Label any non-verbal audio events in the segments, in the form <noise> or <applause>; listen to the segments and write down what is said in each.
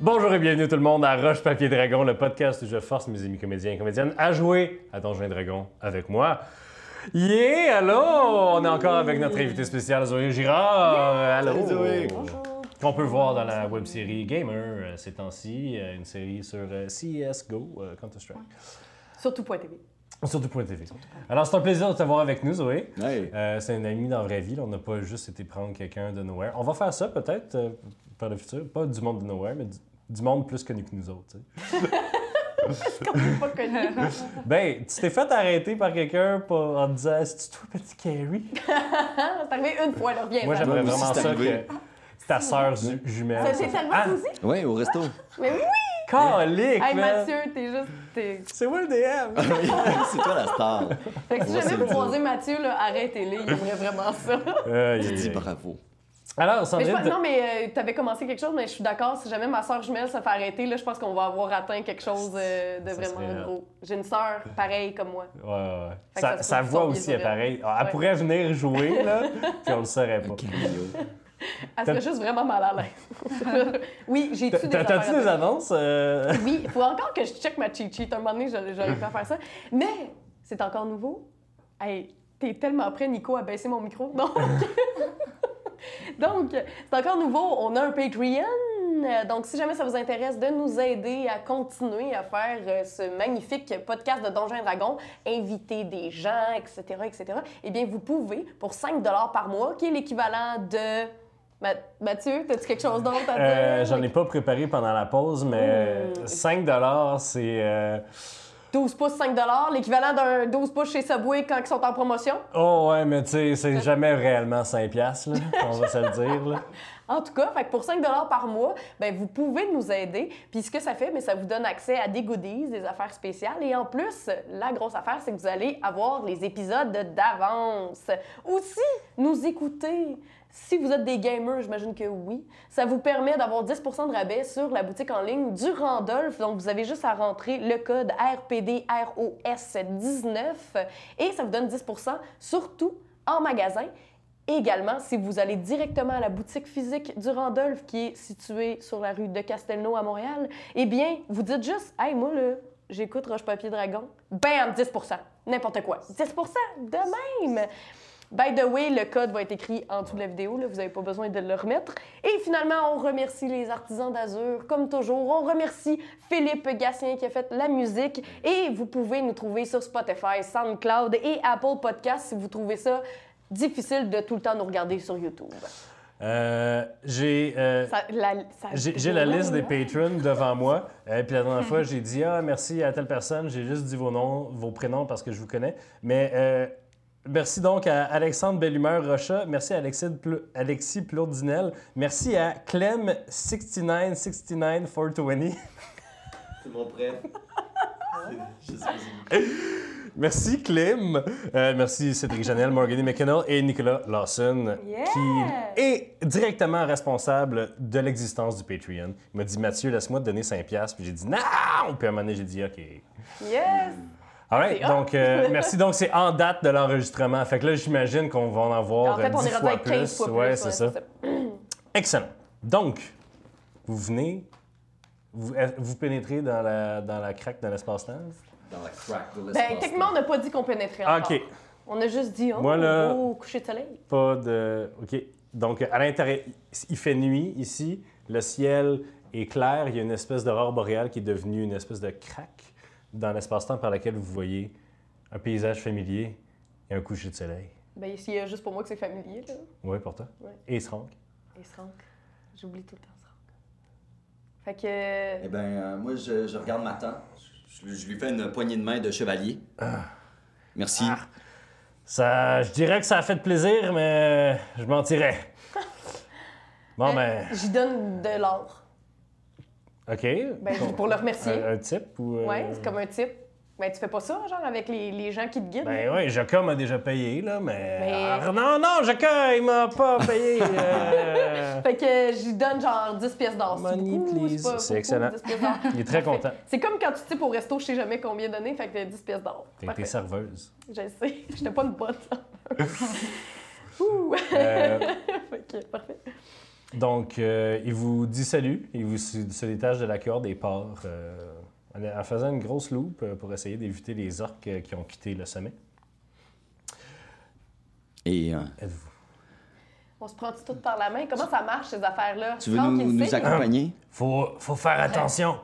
bienvenue tout le monde à Roche Papier Dragon, le podcast où je force mes amis comédiens et comédiennes à jouer à Donjons et Dragons avec moi. Yeah, allô! On est encore avec notre invité spécial, Zoé Girard. allô! Salut, Zoé. Qu'on peut voir dans la web-série Gamer euh, ces temps-ci, euh, une série sur euh, CSGO, euh, Counter-Strike. Surtout point TV. Surtout point TV. Alors, c'est un plaisir de t'avoir avec nous, Zoé. <laughs> Hey. Euh, c'est un ami dans la vraie vie. là. On n'a pas juste été prendre quelqu'un de nowhere. On va faire ça peut-être euh, par le futur. Pas du monde de nowhere, mais du, du monde plus connu que nous autres. tu sais. Pas connu. <laughs> ben, tu t'es fait arrêter par quelqu'un pour- en disant C'est-tu toi, petit Carrie C'est arrivé une fois, là, reviens. Moi, Val. j'aimerais Moi aussi, vraiment c'est ça que arrivé. ta sœur ju- jumelle. Ça t'est tellement Ah, aussi? Ouais, au <laughs> resto. Mais oui! calique, Hey man! Mathieu, t'es juste. t'es- C'est moi le DM Ah c'est toi la star. Fait que si On va se jamais le vous dire. croisez Mathieu, là, arrêtez-les, il aimerait vraiment <laughs> ça. Euh, Je dis yeah, yeah. bravo. Alors, Mais je Sandrine. pense- non, mais euh, t'avais commencé quelque chose, mais je suis d'accord, si jamais ma soeur jumelle se fait arrêter, là, je pense qu'on va avoir atteint quelque chose euh, de Ça serait- vraiment gros. J'ai une sœur pareille comme moi. Ouais, ouais, ouais. Fait que Sa, ça se sa trouve voix son aussi est biais pareille. Ah, Elle Ouais. pourrait venir jouer, <laughs> là, puis on le saurait pas. Elle serait juste vraiment mal à <laughs> l'aise. oui, j'ai tué des T'as- T'as-tu affaires à des annonces? euh? <laughs> Oui, il faut encore que je check ma cheat sheet. Un moment donné, j'aurais j'aurais pu faire ça. Mais c'est encore nouveau. Hey, t'es tellement prêt, Nico, à baisser mon micro. Donc, <laughs> donc c'est encore nouveau. On a un Patreon. Donc, si jamais ça vous intéresse de nous aider à continuer à faire euh, ce magnifique podcast de Donjons et Dragons, inviter des gens, etc., etc., eh bien, vous pouvez pour 5 par mois, qui est l'équivalent de... Ma- Mathieu, t'as-tu quelque chose d'autre à dire? Euh, J'en ai pas préparé pendant la pause, mais Mm. 5 c'est. euh, 12 pouces, 5 l'équivalent d'un 12 pouces chez Subway quand ils sont en promotion. Oh, ouais, mais tu sais, c'est jamais réellement 5 piastres, là, on va se le dire. Là. En tout cas, fait que pour 5 par mois, ben, vous pouvez nous aider. Puis ce que ça fait, mais ça vous donne accès à des goodies, des affaires spéciales. Et en plus, la grosse affaire, c'est que vous allez avoir les épisodes d'avance. Aussi, nous écouter. Si vous êtes des gamers, j'imagine que oui. Ça vous permet d'avoir 10 de rabais sur la boutique en ligne du Randolph. Donc, vous avez juste à rentrer le code RPDROS19 et ça vous donne 10 surtout en magasin. Également, si vous allez directement à la boutique physique du Randolph, qui est située sur la rue de Castelnau à Montréal, eh bien, vous dites juste « Hey, moi, là, j'écoute Roche-Papier-Dragon. » Bam! 10 N'importe quoi. 10 de même! By the way, le code va être écrit en dessous de la vidéo, là, vous n'avez pas besoin de le remettre. Et finalement, on remercie les artisans d'Azur, comme toujours. On remercie Philippe Gassien qui a fait la musique. Et vous pouvez nous trouver sur Spotify, SoundCloud et Apple Podcasts si vous trouvez ça difficile de tout le temps nous regarder sur YouTube. Euh, J'ai. euh, Ça- la- ça- J'ai j'ai la liste hein? des patrons devant moi. Euh, puis la dernière fois, j'ai dit Ah, merci à telle personne. J'ai juste dit vos noms, vos prénoms parce que je vous connais. Mais euh, merci donc à Alexandre Bellumeur Rocha. Merci à Alexis, Pl- Alexis Plourdinel. Merci à Clem 6969 420. C'est mon Ah. prêt. Merci Clem. Euh, merci Cédric Janel, Morgan McKenna et Nicolas Lawson, Yeah! qui est directement responsable de l'existence du Patreon. Il m'a dit Mathieu, laisse-moi te donner 5$. Puis j'ai dit non! Puis à un moment donné, j'ai dit OK. Yes! All right, C'est hot. donc euh, merci. Donc c'est en date de l'enregistrement. Fait que là, j'imagine qu'on va en avoir en fait, on 10 est rendu ben, fois avec 15 fois plus. Ouais, c'est ça. Excellent. Donc, vous venez, vous, euh, vous pénétrez dans la, dans la craque de l'espace-temps. Dans la crack de l'espace. Ben, techniquement, on n'a pas dit qu'on pénétrait encore. OK. On a juste dit, oh, Moi, là- au coucher de soleil. Pas de. OK. Donc, à l'intérieur, il fait nuit ici. Le ciel est clair. Il y a une espèce d'aurore boréale qui est devenue une espèce de craque dans l'espace-temps par laquelle vous voyez un paysage familier et un coucher de soleil. Ben, ici, il y a juste pour moi que c'est familier, là. Oui, pour toi. Ouais. Et Sronk. Et Srank. J'oublie tout le temps Srank. Fait que. Eh ben, euh, moi, je, je regarde ma tante. Je, je lui fais une poignée de main de chevalier. Merci. Ça, je dirais que ça a fait plaisir, mais je <laughs> mentirais. Bon, ben, euh, J'y donne de l'or. OK. Ben, pour le remercier. un, un type ou. euh, Ouais, c'est comme un type. Ben, tu fais pas ça, genre, avec les, les gens qui te guident. Ben oui, Jacob m'a déjà payé, là, mais. Mais- euh, Ah, non, non, Jacob, il m'a <laughs> pas payé. euh. Fait que j'y donne genre 10 pièces d'or. C'est Money, beaucoup, please. pas C'est beaucoup, excellent. 10 pièces d'or. Il est très Parfait. content. C'est comme quand tu types au resto, je sais jamais combien donner, fait que t'as 10 pièces d'or. T'as Parfait. été serveuse. Je sais, <laughs> <laughs> j'étais pas une bonne serveuse. Ouh! <laughs> Euh, Fait que, parfait. Donc, euh, il vous dit salut, il vous se se détache de la corde et part euh, en en faisant une grosse loupe euh, pour essayer d'éviter les orques euh, qui ont quitté le sommet. Et euh, Êtes-vous On se prend tout par la main. Comment ça marche, ces affaires-là? tu veux Franck, nous, il le nous sait. accompagner? Faut, faut faire attention.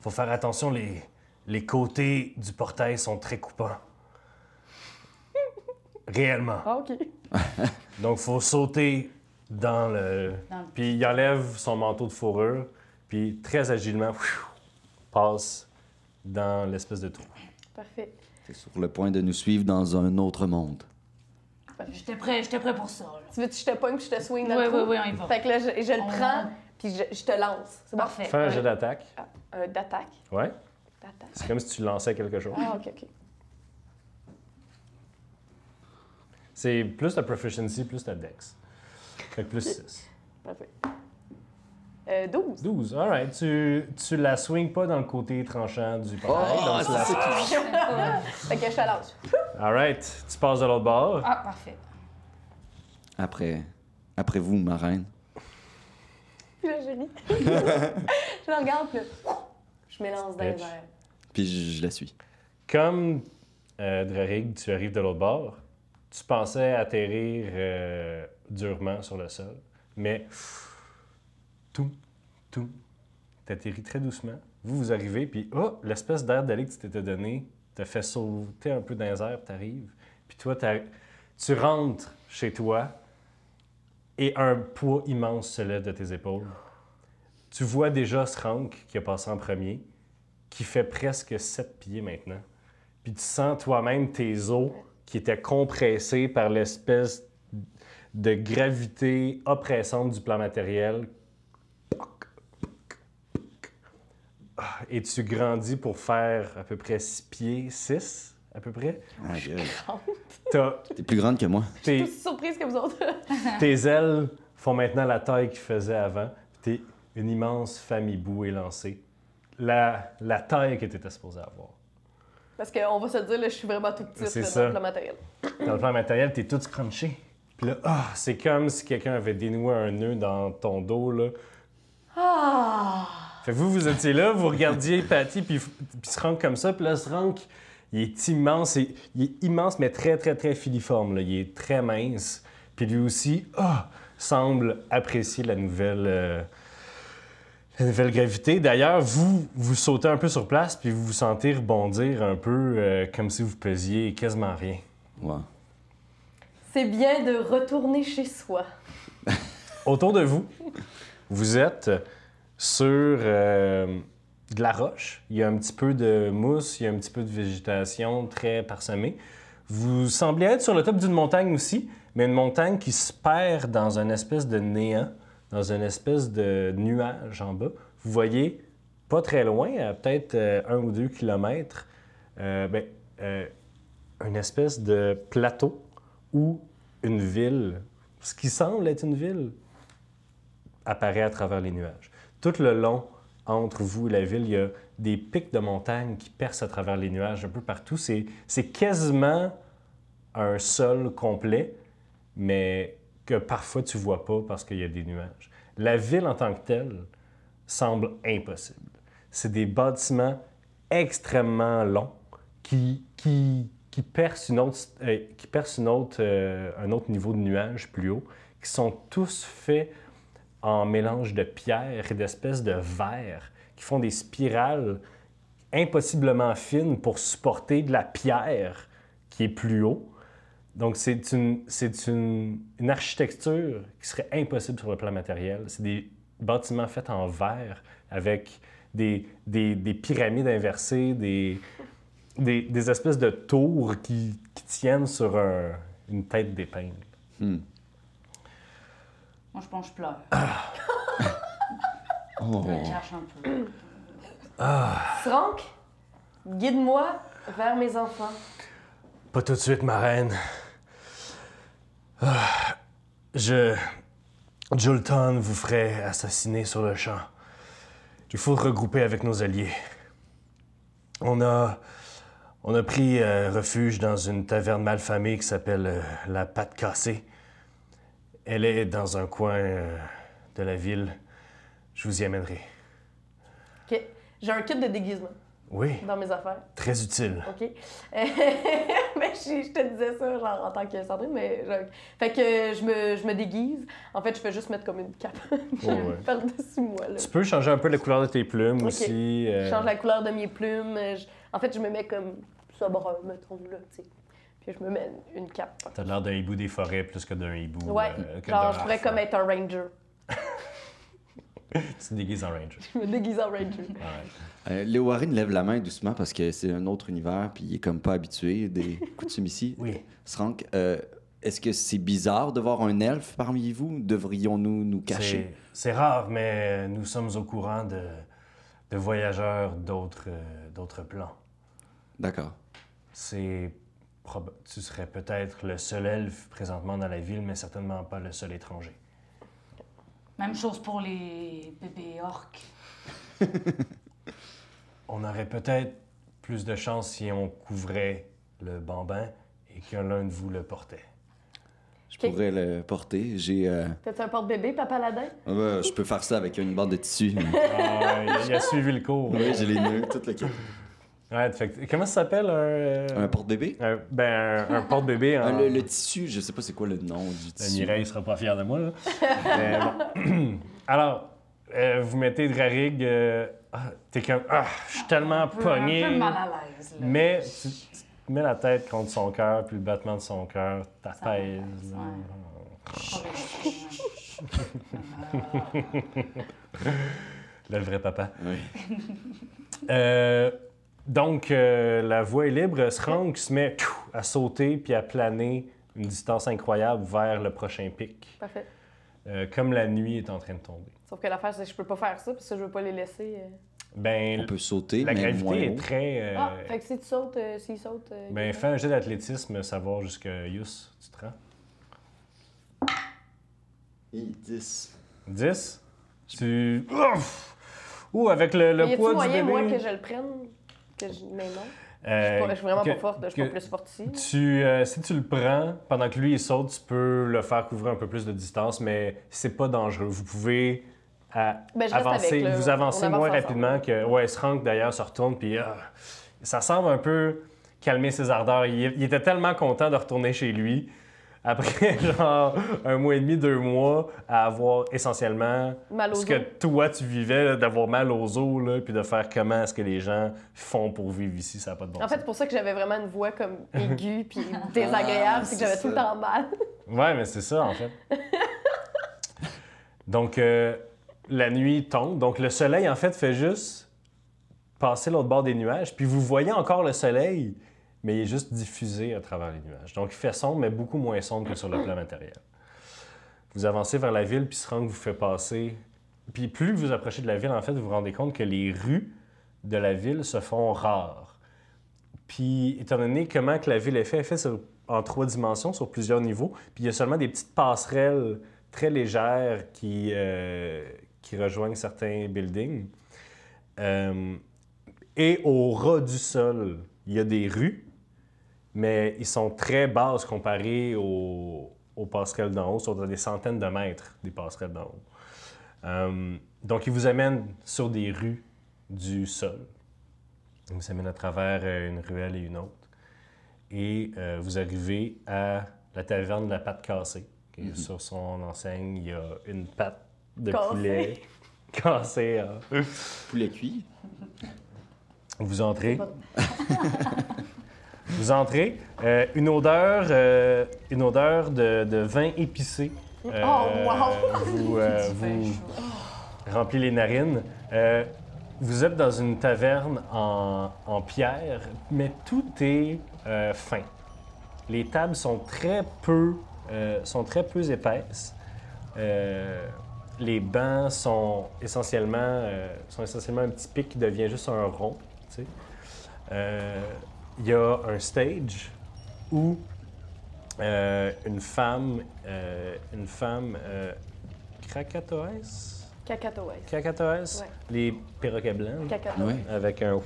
Faut faire attention, les, les côtés du portail sont très coupants. <laughs> Réellement. Ah, OK. Donc, faut sauter dans le... Dans le- Puis il enlève son manteau de fourrure, puis très agilement, pfiou, passe dans l'espèce de trou. Parfait. C'est sur le point de nous suivre dans un autre monde. J'étais prêt, j'étais prêt pour ça. là. Tu veux que je te pogne, que je te swing Oui, dans le oui, trou? oui, on y va. Fait que là, je, je le On- prends, puis je, je te lance. C'est bon? Parfait. Fais un jet d'attaque. Ah, euh, d'attaque. Ouais. D'attaque. C'est comme si tu lançais quelque chose. Ah, OK, OK. C'est plus ta proficiency, plus ta dex. Fait que plus 6. Parfait. Euh, 12. 12. All right. Tu, tu la swings pas dans le côté tranchant du portail. donc tu la- Fait que je te lance. All right. Tu passes de l'autre bord. Ah, parfait. Après, après vous, ma reine. Puis là, je ris. <laughs> je le regarde, puis là, je mélange dans les Bitch. airs. Puis je, je la suis. Comme euh, Drarig, tu arrives de l'autre bord, tu pensais atterrir euh, durement sur le sol, mais tout, tout, t'atterris très doucement. Vous, vous arrivez, puis oh, l'espèce d'air d'aller que tu t'étais donné te fait sauter un peu dans les airs, t'arrives, puis toi, t'ar- tu rentres chez toi et un poids immense se lève de tes épaules. Tu vois déjà Srank qui a passé en premier, qui fait presque 7 pieds maintenant. Puis tu sens toi-même tes os qui étaient compressés par l'espèce de gravité oppressante du plan matériel. Ah, Et tu grandis pour faire à peu près 6 pieds, 6 à peu près. Ah, gueule. T'as- T'es plus grande que moi. tes- Je suis aussi <laughs> surprise que vous autres. tes ailes font maintenant la taille qu'ils faisaient avant. puis T'es une immense famille bouée lancée. La, la taille que t'étais supposé avoir. <laughs> Parce qu'on va se dire, là, je suis vraiment tout petite C'est là, ça. dans le matériel. Dans le plan matériel, t'es tout scrunché. Puis là, ah, c'est comme si quelqu'un avait dénoué un nœud dans ton dos, là. Ah! Fait que vous, vous étiez là, vous regardiez Patty, puis, puis se comme ça. Puis là, se il est immense, et- il est immense, mais très, très, très filiforme, là. Il est très mince. Puis lui aussi, ah, semble apprécier la nouvelle... euh, la nouvelle gravité. D'ailleurs, vous, vous sautez un peu sur place, puis vous vous sentez rebondir un peu euh, comme si vous pesiez quasiment rien. Ouais. C'est bien de retourner chez soi. Autour de vous, vous êtes sur euh, de la roche. Il y a un petit peu de mousse, il y a un petit peu de végétation très parsemée. Vous semblez être sur le top d'une montagne aussi, mais une montagne qui se perd dans une espèce de néant, dans une espèce de nuage en bas. Vous voyez, pas très loin, à peut-être euh, un ou deux kilomètres, euh, ben, euh, une espèce de plateau où une ville, ce qui semble être une ville, apparaît à travers les nuages. Tout le long, entre vous et la ville, il y a des pics de montagne qui percent à travers les nuages un peu partout. C'est, c'est quasiment un sol complet, mais que parfois tu vois pas parce qu'il y a des nuages. La ville en tant que telle semble impossible. C'est des bâtiments extrêmement longs qui, qui, qui percent, une autre, euh, qui percent une autre, euh, un autre niveau de nuage plus haut, qui sont tous faits en mélange de pierres et d'espèces de verres qui font des spirales impossiblement fines pour supporter de la pierre qui est plus haut. Donc, c'est une, c'est une, une architecture qui serait impossible sur le plan matériel. C'est des bâtiments faits en verre avec des, des, des pyramides inversées, des, des, des espèces de tours qui, qui tiennent sur un- une tête d'épingle. Moi, je pense que je pleure. Oh. Je me cache un peu. Franck, guide-moi vers mes enfants. Pas tout de suite, ma reine. Ah, je. Julton vous ferait assassiner sur le champ. Il faut regrouper avec nos alliés. On a. On a pris euh, refuge dans une taverne malfamée qui s'appelle euh, La Patte Cassée. Elle est dans un coin euh, de la ville, je vous y amènerai. OK. J'ai un kit de déguisement Oui, dans mes affaires. très utile. OK? <laughs> mais je, je te disais ça, genre, en tant que Sandrine, mais... genre, Fait que je me, je me déguise. En fait, je fais juste mettre comme une cape <laughs> Ouais, Oh, ouais. par-dessus moi, là. Tu peux changer un peu la couleur de tes plumes Ok. aussi. euh, Je change la couleur de mes plumes. euh, je- En fait, je me mets comme sobre, mettons, là, tu sais. Puis je me mets une cape. T'as l'air d'un hibou des forêts plus que d'un hibou. Ouais, euh, que d'un genre, je pourrais harfang. comme être un ranger. <laughs> Tu te déguises en ranger. Je me déguise en ranger. <laughs> Ouais. Euh, Léo Warren lève la main doucement parce que c'est un autre univers, puis il est comme pas habitué <laughs> des coutumes ici. Oui. Srank, euh, est-ce que c'est bizarre de voir un elfe parmi vous? Devrions-nous nous cacher? C'est- C'est rare, mais nous sommes au courant de, de voyageurs d'autres euh, d'autres plans. D'accord. C'est prob- tu serais peut-être le seul elfe présentement dans la ville, mais certainement pas le seul étranger. Même chose pour les bébés orques. On aurait peut-être plus de chance si on couvrait le bambin et que l'un de vous le <laughs> portait. Je Ok. pourrais le porter. J'ai, euh, T'as-tu un porte-bébé, papa Ladin? ah ben, je peux faire ça avec une bande de tissu. Ah, il, il a suivi le cours. <laughs> oui, j'ai les nœuds, tout le kit. Ouais, fait que- comment ça s'appelle un, euh, Un porte-bébé? un- ben, un, un porte-bébé en... Ah, <laughs> le, le tissu, je sais pas c'est quoi le nom du Ben, tissu. Mireille sera pas fière de <laughs> moi, là. Mais bon. <clears throat> Alors, euh, vous mettez Drarig... euh, ah, T'es comme... Ah, je suis tellement Un peu, un pogné. peu mal à l'aise, là. Mais tu, tu mets la tête contre son cœur, puis le battement de son cœur m'apaise, t'apaise. Le vrai papa. Oui. Euh, donc, euh, la voie est libre. Srank se met tchou, à sauter puis à planer une distance incroyable vers le prochain pic, Parfait. euh, comme la nuit est en train de tomber. Sauf que l'affaire, c'est que je peux pas faire ça, parce que je veux pas les laisser. euh. Ben, On peut sauter, la mais moins gravité est haut. très... euh, Ah, fait que si tu sautes, euh, s'il saute. euh, Ben, il- fais un jet d'athlétisme, savoir jusqu'à Yus, tu te rends. Et 10. 10. Tu. Ouf! Ouh, avec le, le Mais y a-tu poids du moyen, bébé. moi, que je le prenne? Que je... Mais non. Je suis euh, pas- je suis vraiment que- pas forte, je suis que pas plus forte ici. Tu, euh, si tu le prends, pendant que lui il saute, tu peux le faire couvrir un peu plus de distance, mais c'est pas dangereux. Vous pouvez à- Ben, je reste avancer, avec, là. vous avancez On avance moins ensemble. rapidement que. Ouais, Srank d'ailleurs se retourne, puis ah, ça semble un peu calmer ses ardeurs. Il, il était tellement content de retourner chez lui après <laughs> genre un mois et demi, deux mois, à avoir essentiellement Mal aux ce que os. toi tu vivais, là, d'avoir mal aux os, là, puis de faire comment est-ce que les gens font pour vivre ici, ça n'a pas de bon En fait, sens. c'est pour ça que j'avais vraiment une voix comme <laughs> aiguë puis désagréable, Ah, c'est que c'est j'avais tout le ça. temps mal. Ouais, mais c'est ça, en fait. donc, euh, la nuit tombe. Donc, le soleil, en fait, fait juste passer l'autre bord des nuages. Puis, vous voyez encore le soleil, mais il est juste diffusé à travers les nuages. Donc, il fait sombre, mais beaucoup moins sombre que sur le plan matériel. Vous avancez vers la ville, puis ce rang vous fait passer. Puis, plus vous approchez de la ville, en fait, vous vous rendez compte que les rues de la ville se font rares. Puis, étant donné comment que la ville est faite, elle est faite sur- en trois dimensions, sur plusieurs niveaux. Puis, il y a seulement des petites passerelles très légères qui, euh, qui rejoignent certains buildings. Euh, et au ras du sol, il y a des rues, mais ils sont très basses comparées aux, aux passerelles d'en haut. Ils sont à des centaines de mètres des passerelles d'en haut. Euh, donc, ils vous amènent sur des rues du sol. Ils vous amènent à travers euh, une ruelle et une autre. Et euh, vous arrivez à la taverne de la pâte cassée. Et Sur son enseigne, il y a une pâte de Cassée. poulet cassée. hein. Poulet cuit. Vous entrez. <laughs> Vous entrez. euh, une odeur, euh, une odeur de, de vin épicé. euh, Oh, wow! Vous, euh, <laughs> Ben, vous je- remplit les narines. Euh, vous êtes dans une taverne en, en pierre, mais tout est euh, fin. Les tables sont très peu, euh, sont très peu épaisses. Euh, les bancs sont essentiellement, euh, sont essentiellement un petit pic qui devient juste un rond. tu sais. Euh, Il y a un stage où euh, une femme, euh, une femme euh, krakatoès? Cacatoès. Cacatoès, Ouais. les perroquets blancs, Cacatoès. Oui. avec un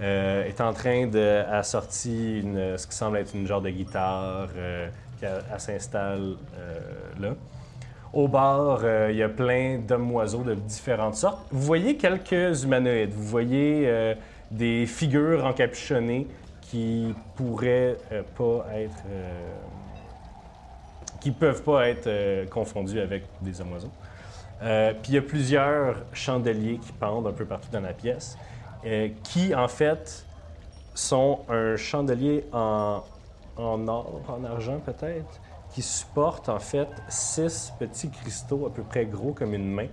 euh, est en train de a sorti une, ce qui semble être une genre de guitare euh, qui a- elle s'installe euh, là. Au bar, euh, il y a plein d'hommes oiseaux de différentes sortes. Vous voyez quelques humanoïdes. Vous voyez euh, des figures encapuchonnées qui pourraient euh, pas être. euh, qui peuvent pas être euh, confondues avec des hommes oiseaux. Euh, Puis il y a plusieurs chandeliers qui pendent un peu partout dans la pièce, euh, qui en fait sont un chandelier en, en or, en argent peut-être, qui supporte en fait six petits cristaux à peu près gros comme une main,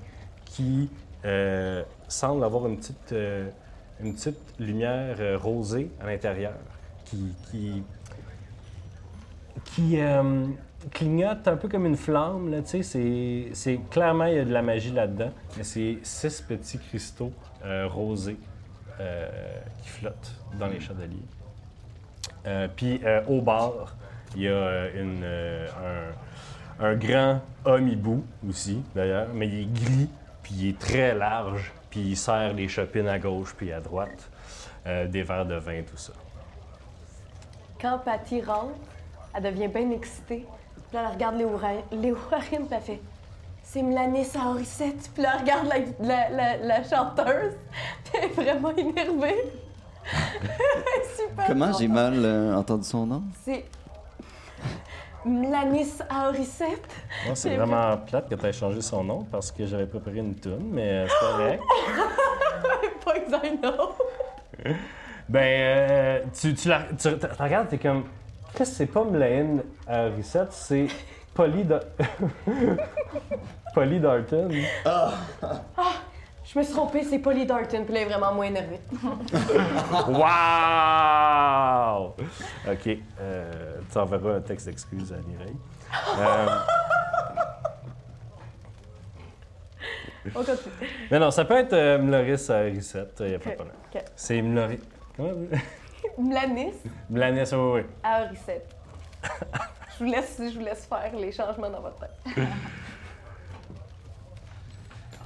qui euh, semblent avoir une petite, euh, une petite lumière euh, rosée à l'intérieur, qui, qui, qui euh, clignote un peu comme une flamme. Là, tu sais, c'est, c'est- clairement, il y a de la magie là-dedans, mais c'est six petits cristaux euh, rosés euh, qui flottent dans les chandeliers. Euh, Puis euh, au bar, il y a euh, une, euh, un, un grand homme hibou aussi, d'ailleurs, mais il est gris, puis il est très large, puis il sert les chopines à gauche puis à droite, euh, des verres de vin, tout ça. Quand Patty rentre, elle devient bien excitée. Puis là, elle regarde Léo Ra- Léo Warren, puis elle fait C'est Mélanie Saorissette. Puis là, elle regarde la, la- la- la chanteuse, <laughs> puis elle est vraiment énervée. <laughs> Elle est super Comment j'ai contente. mal euh, entendu son nom? C'est. Mélanie Saorissette. Moi, c'est C'est vraiment plate que tu changé son nom parce que j'avais préparé une toune, mais euh, c'est correct. <laughs> Pas non. <laughs> ben, euh, tu, tu la tu, tu la regardes, t'es comme. Qu'est-ce que c'est pas Mlaine à Reset? C'est Polly Da- <laughs> Polly Darton. Je me suis trompée, c'est Polly Darton, puis là, elle est vraiment moins énervée. Wow! OK. euh, tu enverras un texte d'excuse à Mireille. Euh, On continue. mais non, ça peut être euh, Mloris à Reset, il a <laughs> pas de problème. Ok. C'est Mloris. Comment? <laughs> Mélanie Mlanis, oui, oui. à Reset. je, vous laisse, je vous laisse faire les changements dans votre tête.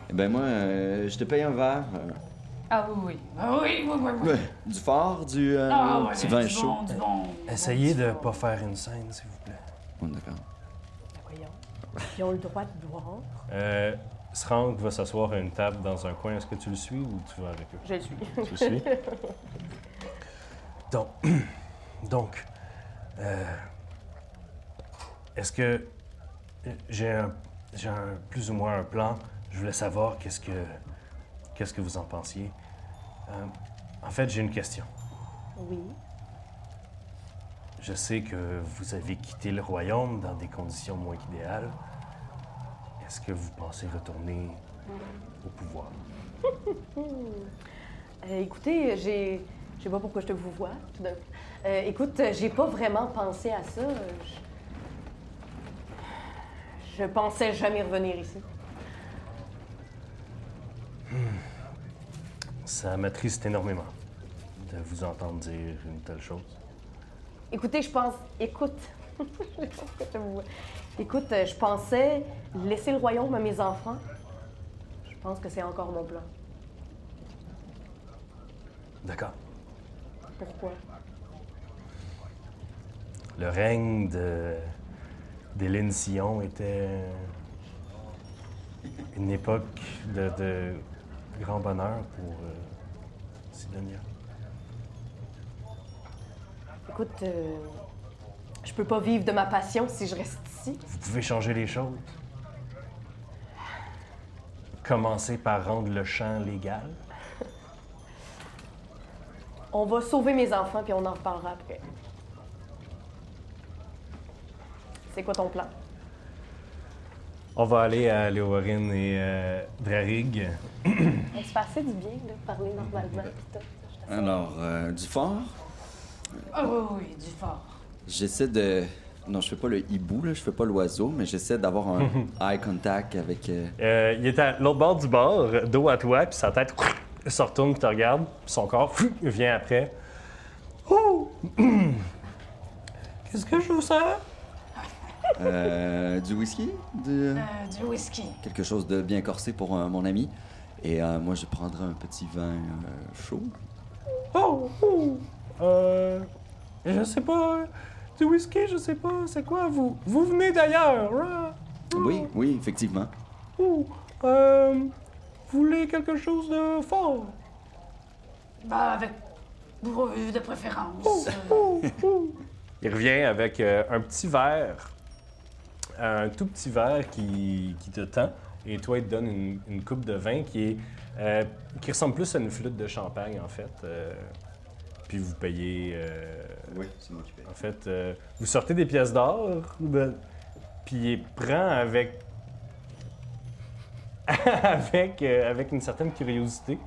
Eh ben moi, euh, je te paye un verre. euh, Ah oui, oui. Ah oui, oui, oui, oui. ben, du fort, du, euh, Ah ouais, du ben, vin du chaud. bon, du bon, du Essayez bon, de du bon. pas faire une scène, s'il vous plaît. Bon, d'accord. Voyons. Ils ont le droit de boire. Euh, Srank va s'asseoir à une table dans un coin. Est-ce que tu le suis ou tu vas avec eux? Je le suis. Tu le <laughs> suis? Donc, <clears throat> donc euh, est-ce que euh, j'ai un, j'ai un- plus ou moins un plan? Je voulais savoir qu'est-ce que, qu'est-ce que vous en pensiez. Euh, en fait, j'ai une question. Oui. Je sais que vous avez quitté le royaume dans des conditions moins qu'idéales. Est-ce que vous pensez retourner au pouvoir? Euh, écoutez, j'ai. Je sais pas pourquoi je te vous vois tout d'un coup. Euh, écoute, euh, j'ai pas vraiment pensé à ça. Euh, Je... je pensais jamais revenir ici. Ça m'attriste énormément de vous entendre dire une telle chose. Écoutez, je pense. Écoute. <laughs> Je sais pas pourquoi je te vous vois. Écoute, euh, je pensais laisser le royaume à mes enfants. Je pense que c'est encore mon plan. D'accord. Pourquoi? Le règne de d'Hélène Sion était une époque de, de grand bonheur pour euh, Sidonia. Écoute, euh, je peux pas vivre de ma passion si je reste ici. Vous pouvez changer les choses. Commencez par rendre le champ légal. On va sauver mes enfants, puis on en reparlera après. C'est quoi ton plan? On va aller à Léowarine et euh, Drarig. On se passait du bien, là, parler normalement, puis tout. Je t'assure. Alors, euh, du fort, Ah oui, oui, oui, du fort. j'essaie de... Non, je fais pas le hibou, là, je fais pas l'oiseau, mais j'essaie d'avoir un eye contact avec... euh, Euh, il est à l'autre bord du bord, dos à toi, puis sa tête se retourne, puis te regarde, puis son corps <clears throat> vient après. Oh! <clears throat> Qu'est-ce que je vous sers? euh, du whisky, de... Euh, du whisky. quelque chose de bien corsé pour euh, mon ami. Et euh, moi, je prendrai un petit vin euh, chaud. Oh! oh. Euh. Je sais pas. Du whisky, je sais pas. C'est quoi? Vous, vous venez d'ailleurs, hein? Oui, oui, effectivement. Ouh, euh, vous voulez quelque chose de fort? Bah, avec brevu de préférence. Euh, <laughs> Il revient avec euh, un petit verre, un tout petit verre qui, qui te tend, et toi, il te donne une, une coupe de vin qui, est, euh, qui ressemble plus à une flûte de champagne, en fait. euh, puis vous payez. euh, Oui, c'est moi qui paye. en fait, euh, vous sortez des pièces d'or, ben, puis il prend avec. <laughs> avec, euh, avec une certaine curiosité.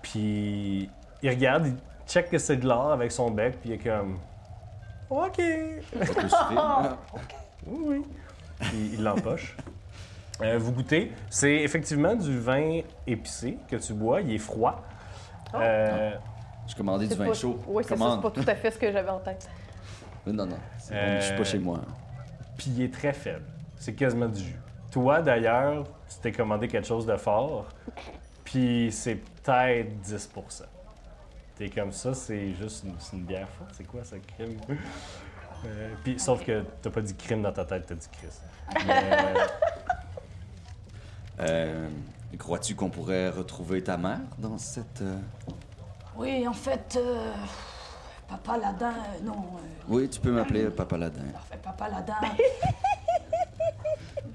Puis il regarde, il check que c'est de l'or avec son bec, puis il est comme. OK! Ça peut suffire. Oui, oui. Puis il l'empoche. Euh, vous goûtez. C'est effectivement du vin épicé que tu bois. Il est froid. Euh, Je commandais du C'est vin pas- chaud. Oui, c'est ça, Commande. c'est pas tout à fait ce que j'avais en tête. Non, non, c'est bon, Euh, je suis pas chez moi. puis il est très faible. C'est quasiment du jus. Toi, d'ailleurs, tu t'es commandé quelque chose de fort, puis c'est peut-être 10 T'es comme ça, c'est juste une, c'est une bière forte. C'est quoi, ça, crime? <laughs> Euh, puis, sauf que t'as pas dit crime dans ta tête, t'as dit Chris. Mais, Euh, Crois-tu qu'on pourrait retrouver ta mère dans cette... euh, Oui, en fait, euh, Papa Ladin, euh, non, euh, Oui, tu peux m'appeler Papa Ladin. parfait, Papa Ladin.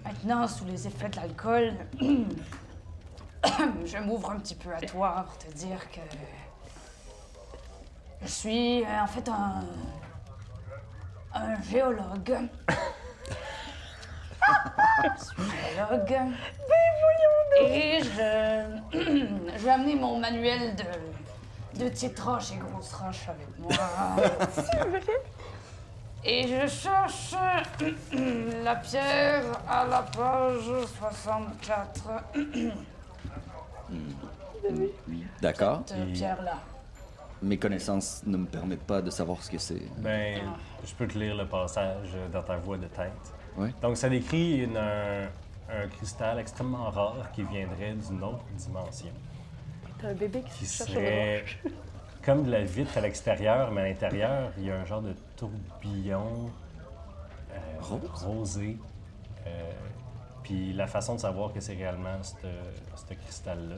Maintenant, sous les effets de l'alcool, <clears throat> je m'ouvre un petit peu à toi pour te dire que je suis euh, en fait un, un géologue. Je suis géologue. Et je, <clears throat> je vais amener mon manuel de, de petites roches et grosses roches avec moi. et je cherche <clears throat> la pierre à la page 64. D'accord. Cette pierre-là. Mes connaissances ne me permettent pas de savoir ce que c'est. ben, je peux te lire le passage dans ta voix de tête. Ouais. Donc, ça décrit une- un, un cristal extrêmement rare qui viendrait d'une autre dimension, T'as un bébé qui qui se cherche au serait comme de la vitre à l'extérieur, mais à l'intérieur, il y a un genre de tourbillon euh, Rose? rosé. Euh, puis la façon de savoir que c'est réellement ce ce cristal-là,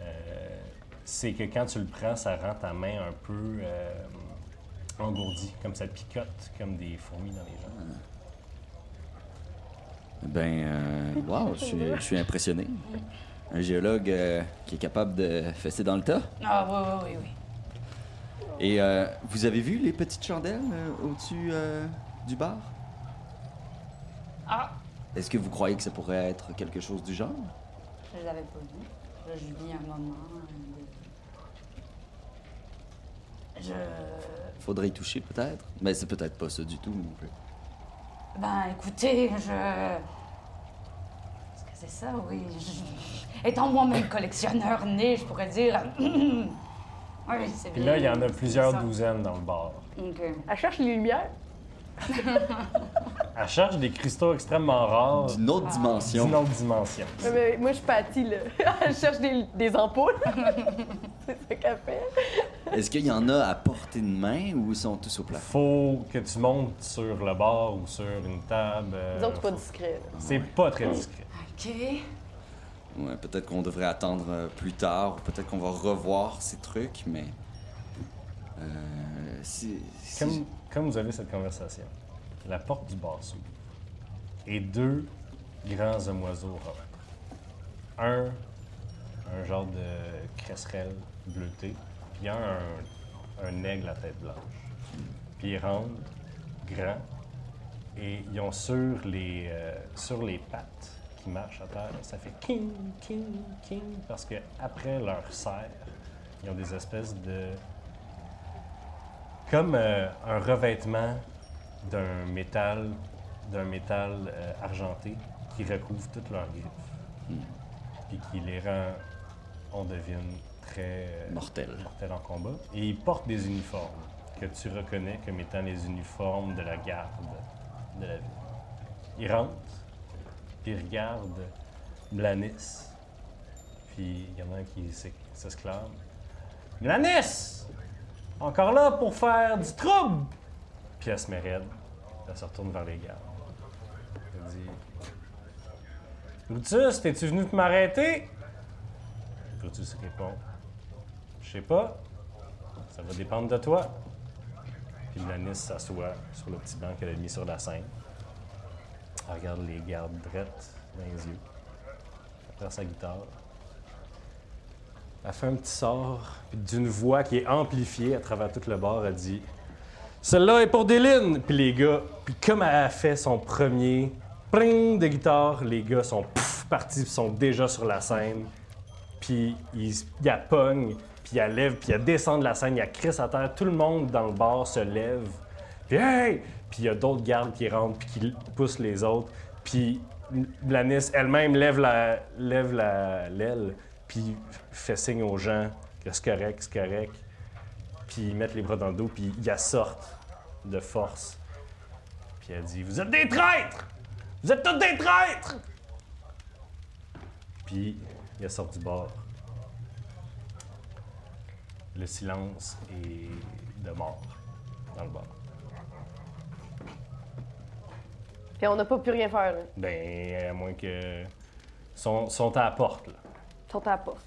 euh, c'est que quand tu le prends, ça rend ta main un peu euh, engourdie, comme ça picote, comme des fourmis dans les jambes. Ben, euh, wow, je suis- je suis impressionné. Un géologue euh, qui est capable de fesser dans le tas. Ah oui, oui, oui, oui. Et euh, vous avez vu les petites chandelles euh, au-dessus euh, du bar? Ah, Est-ce que vous croyez que ça pourrait être quelque chose du genre? je l'avais pas vu. Là, je vis un moment. hein, euh, de- Je. Faudrait y toucher peut-être? Mais c'est peut-être pas ça du tout. non plus. Ben, écoutez, je. Est-ce que c'est ça? Oui. je- Étant moi-même collectionneur né, je pourrais dire. <clears throat> oui, c'est Puis bien. là, il y en a plusieurs ça. douzaines dans le bar. Ok. ventre. Elle cherche les lumières. Elle cherche des cristaux extrêmement rares D'une autre dimension. d'une autre dimension. Ouais, mais moi, je suis pâtie, là. <laughs> Elle cherche des, des <laughs> ampoules. c'est ça qu'elle fait. Est-ce qu'il y en a à portée de main ou ils sont tous au plafond? Faut que tu montes sur le bar ou sur une table. euh, Les autres, c'est pas discret, là. C'est pas très discret. Ok. Ouais, peut-être qu'on devrait attendre euh, plus tard, ou peut-être qu'on va revoir ces trucs, mais. Euh, si, si- Comme, comme vous avez cette conversation, la porte du bar s'ouvre et deux grands oiseaux rentrent. Un, un genre de cresserelle bleutée, puis un, un, un aigle à tête blanche. Puis ils rentrent, grands, et ils ont sur les, euh, sur les pattes qui marchent à terre, ça fait king, king, king, parce que après leur serre, ils ont des espèces de comme euh, un revêtement d'un métal d'un métal euh, argenté qui recouvre toutes leurs griffes puis qui les rend on devine très euh, Mortels. mortels en combat et ils portent des uniformes que tu reconnais comme étant les uniformes de la garde de la ville ils rentrent puis ils regardent Blanis puis il y en a un qui s'ex- s'exclame Blanis encore là pour faire du trouble! Puis elle se met raide. Elle se retourne vers les gardes. dit Brutus, t'es-tu venu pour m'arrêter Brutus répond Je sais pas. Ça va dépendre de toi. Puis Blanis s'assoit sur le petit banc qu'elle a mis sur la scène. Elle regarde les gardes drettes dans les yeux. Elle prend sa guitare. Elle fait un petit sort, puis d'une voix qui est amplifiée à travers tout le bar, elle dit Celle-là est pour Déline! Puis les gars, puis comme elle a fait son premier pring de guitare, les gars sont pouf, partis, puis sont déjà sur la scène. Puis ils il pognent, puis elle lève, puis elle descend de la scène, il a crisse à terre. Tout le monde dans le bar se lève. Puis hey! Puis il y a d'autres gardes qui rentrent, puis qui poussent les autres. Puis Blanis elle-même lève la lève la l'aile, puis fait signe aux gens que c'est correct, c'est correct. Puis ils mettent les bras dans le dos, puis ils la sortent de force. Puis elle dit Vous êtes des traîtres! Vous êtes tous des traîtres! Puis il sort du bar. Le silence est de mort dans le bar. Puis on n'a pas pu rien faire, là. Ben, à moins que. Sont, sont à la porte, là. Ils sont à la porte.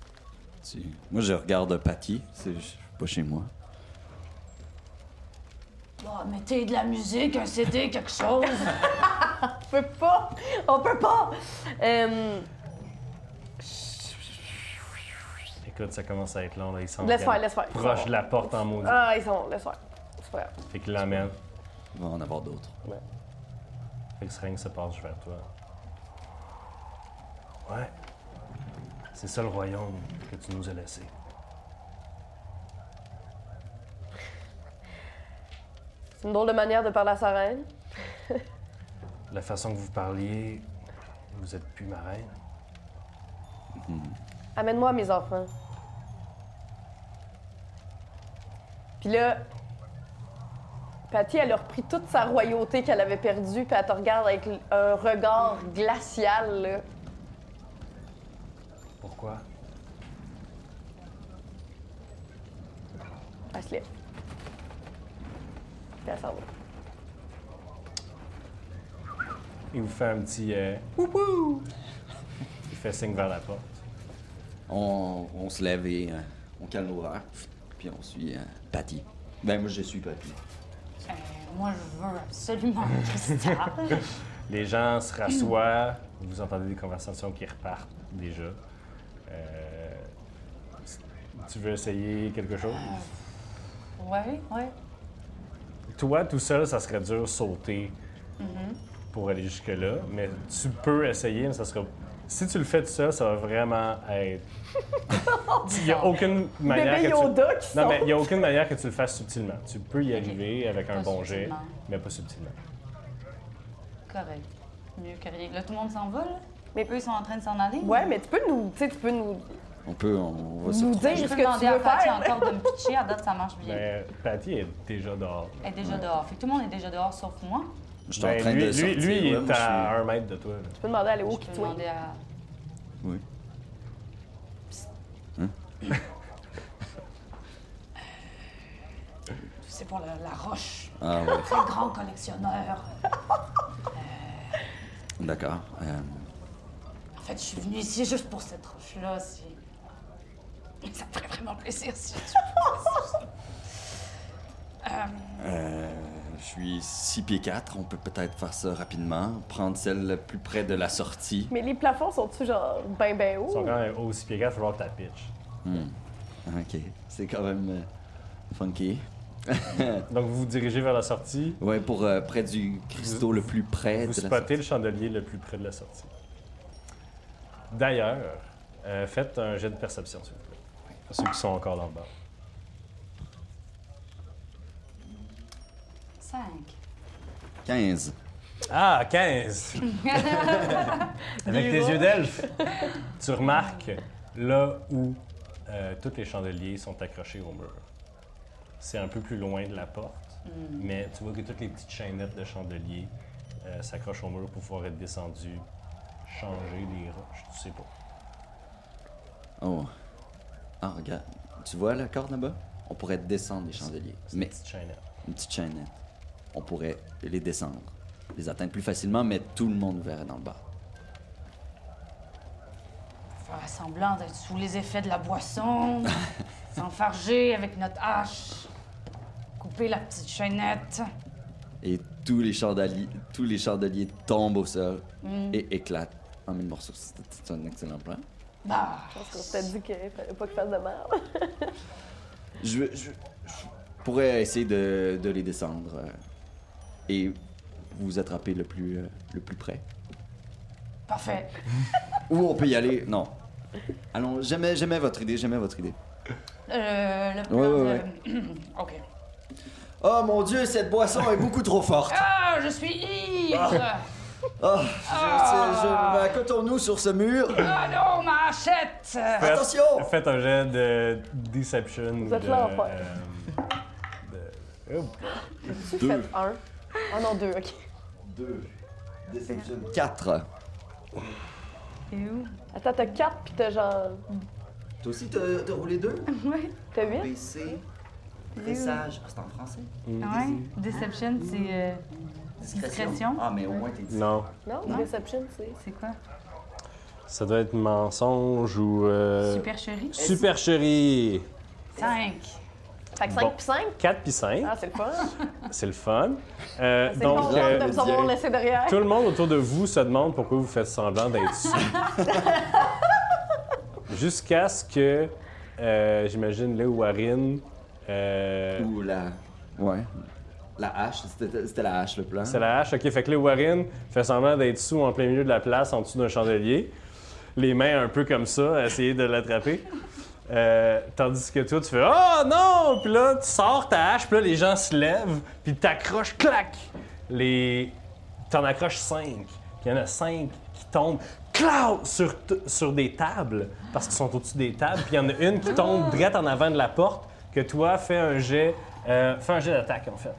Tu- Moi, je regarde Patty. C'est je suis pas chez moi. Bon, mettez de la musique, un CD, quelque chose. On peut pas! On peut pas! Euh, Écoute, ça commence à être long, là. Ils sont Laisse quand- faire, laisse faire. proche de la porte en maudit. Ah, ils sont, laisse faire. C'est pas grave. Fait qu'il l'emmène. Il va en avoir d'autres. Fait que Sering se penche vers toi. Ouais. C'est ça le royaume que tu nous as laissé. C'est une drôle de manière de parler à sa reine. La façon que vous parliez, vous êtes plus ma reine. Amène-moi mes enfants. Puis là, Patty, elle a repris toute sa royauté qu'elle avait perdue, puis elle te regarde avec l- un regard glacial. là. Pourquoi? Elle se lève. Puis elle s'en va. Il vous fait un petit. euh, Il fait signe vers la porte. On, on se lève et euh, on calme l'horreur. Puis on suit euh, Patty. Ben, moi, je suis Patty. Euh, moi, je veux <laughs> absolument un cristal. Les gens se rassoient, vous entendez des conversations qui repartent déjà. Euh, Tu veux essayer quelque chose? ouais, ouais. Toi, tout seul, ça serait dur sauter pour aller jusque-là, mais tu peux essayer, mais ça sera. Si tu le fais tout seul, ça va vraiment être. Il n'y a aucune manière. Bébé Ben, que tu- Yoda qui Non, mais sort. il n'y a aucune manière que tu le fasses subtilement. Tu peux y Ok. arriver avec un Pas bon jet, subtilement. mais pas subtilement. Correct. Mieux que rien. Là, tout le monde s'en va, là? Mais- Mais eux, ils sont en train de s'en aller? Ouais, mais tu peux nous, tu sais, tu peux nous, On peut, on, on va se nous retrouver. dire ce que Je peux tu demander veux à Patty faire. encore de me pitcher. À date, ça marche bien. Mais Ben, Patty est déjà dehors. Elle est déjà dehors. Fait que tout le monde est déjà dehors, sauf moi. Je suis Ben, en train lui, de lui- sortir. lui, il ouais, est moi, je à suis- un mètre de toi. là. Tu peux demander à Léo Je qui peux Oh, toi. demander à... Oui. Hein? Euh, C'est pour la, la roche. Ah ouais. Très grand collectionneur. Euh. D'accord. Euh, En fait, je suis venue ici juste pour cette roche-là. Si... Ça me ferait vraiment plaisir si tu euh, je suis 6 pieds 4. On peut peut-être faire ça rapidement. Prendre celle la plus près de la sortie. Mais les plafonds sont-tu genre ben ben Ils sont hauts? quand même aussi pieds il faut voir ta pitch. Ok. C'est quand même euh, funky. Donc vous vous dirigez vers la sortie, Ouais, pour euh, près du cristaux le plus près vous de la spottez sortie. le chandelier le plus près de la sortie. D'ailleurs, euh, faites un jet de perception, s'il vous plaît. Pour ceux qui sont encore dans le bar. 5. 15. Ah, 15! Avec tes yeux d'elfe, tu remarques là où euh, tous les chandeliers sont accrochés au mur. C'est un peu plus loin de la porte, mais tu vois que toutes les petites chaînettes de chandeliers euh, s'accrochent au mur pour pouvoir être descendues, changer les roches, tu sais pas. Oh. Ah, regarde. Tu vois la corde là-bas? On pourrait descendre les chandeliers. C'est une Mais petite chaînette. une petite chaînette. On pourrait les descendre. les atteindre plus facilement, mais tout le monde verrait dans le bar. Faire semblant d'être sous les effets de <laughs> la boisson, s'enfarger avec notre hache, couper la petite chaînette. Et tous les chandeliers, tous les chandeliers tombent au sol Mm. et éclatent en mille morceaux. C'est c'est un excellent plan. Bah, Je pense qu'on t'a dit qu'il fallait pas qu'il fasse de merde. Je, je- je pourrais essayer de, de les descendre euh, et vous attraper le plus, euh, le plus près. parfait. Ou on peut y aller. Non. Allons, jamais, jamais votre idée, jamais votre idée. Euh, le plan ouais, de... <coughs> ok. Oh mon dieu, cette boisson est beaucoup trop <laughs> forte. Ah, je suis ivre! Oh, je, je- accotons-nous sur ce mur. Ah non, ma hachette! Faites- Attention! Faites un jet de deception. Vous êtes de, là, enfin. euh, de- oh, Tu Deux. fais un. Ah non, deux, ok. 4. Attends, t'as quatre pis t'as genre. Toi aussi, t'as t'as roulé 2? T'as huit? BC. Pressage. Ah, c'est en français? Ah Ouais. Deception, c'est. euh, Discrétion. Ah, mais au moins, t'es non, Non, Deception, c'est. c'est quoi ça doit être mensonge ou. euh, Supercherie Supercherie. 5. Fait que 5 Bon. pis 5? 4 puis 5, Ah, c'est <laughs> le fun. c'est le fun. Euh, C'est donc, content euh, de vous avoir laissé derrière. tout le monde autour de vous se demande pourquoi vous faites semblant d'être <laughs> sous. Jusqu'à ce que, euh, j'imagine, là où Warren. euh, Ou la. Ouais. La hache, c'était c'était la hache le plan. C'est la hache. OK, fait que là, Warren fait semblant d'être sous en plein milieu de la place, en dessous d'un chandelier. Les mains un peu comme ça, à essayer de l'attraper. Euh, tandis que toi, tu fais Oh non! Puis là, tu sors ta hache, puis là, les gens se lèvent, puis t'accroches, clac! Les. T'en accroches cinq. Puis il y en a cinq qui tombent, clau! Sur, t- sur des tables, parce qu'ils sont au-dessus des tables, puis il y en a une qui tombe droite en avant de la porte, que toi, fais un jet. euh, fais un jet d'attaque, en fait,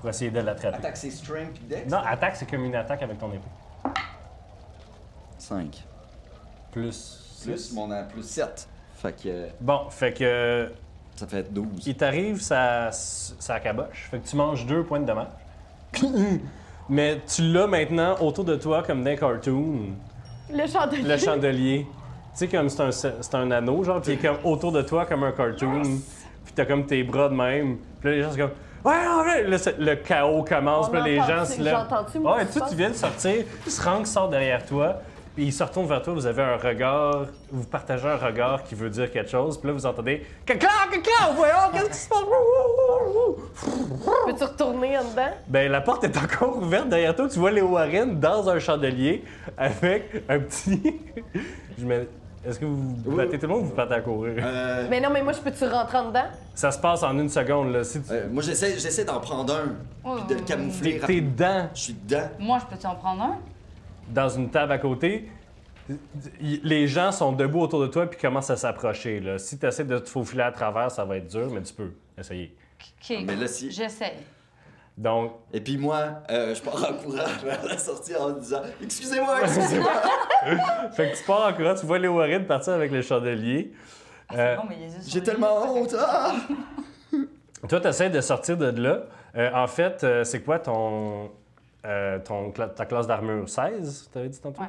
pour essayer de l'attraper. Attaque, c'est string pis dex? Non, attaque, c'est comme une attaque avec ton épée. 5. Plus. Plus mon a plus 7. Fait que euh, Bon, fait que euh, ça fait 12. il t'arrive, ça, ça caboche. Fait que tu manges deux points de dommage. <laughs> Mais tu l'as maintenant autour de toi comme dans un cartoon. Le <laughs> chandelier. Le chandelier. Tu sais, comme c'est un, c'est un anneau, genre, puis il est comme autour de toi comme un cartoon. Puis t'as comme tes bras de même. Puis là, les gens sont comme. Ouais, ouais, ouais. Là, c'est- le chaos commence. On Puis là, les entend- gens se lèvent. j'entends-tu, moi, Ouais, ce qui toi, se tu passe? viens de sortir. Srank sort derrière toi. Puis il se retourne vers toi. Vous avez un regard. Vous partagez un regard qui veut dire quelque chose. Puis là, vous entendez. Cacao, cacao, voyons, qu'est-ce qui se passe? Wouh, wouh, wouh, wouh. <laughs> Peux-tu retourner en dedans? Ben, la porte est <laughs> encore ouverte derrière toi. Tu vois Léo Warren dans un chandelier avec un petit. <laughs> Je me- Est-ce que vous vous battez tout le monde ou vous partez à courir? Euh, Mais non, mais moi, je peux-tu rentrer en dedans? Ça se passe en une seconde, là. Si tu... euh, moi, j'essaie j'essaie d'en prendre un. Puis de le camoufler. T'es rapidement. dedans, Je suis dedans. Moi, je peux-tu en prendre un? dans une table à côté. Y- Les gens sont debout autour de toi puis commencent à s'approcher, là. Si tu essaies de te faufiler à travers, ça va être dur, mais tu peux essayer. Ok. Ah, Mais là, si- J'essaie. Donc, Et puis moi, euh, je pars en courant <laughs> vers la sortie en disant Excusez-moi, excusez-moi. fait que tu pars en courant, tu vois Léo Warren partir avec le chandelier. Euh, Ah, Bon, mais les yeux sont J'ai les tellement yeux. honte. Ah! Toi, tu essaies de sortir de là. Euh, en fait, euh, c'est quoi ton, euh, ton cla- ta classe d'armure 16, t'avais dit tantôt? Ouais.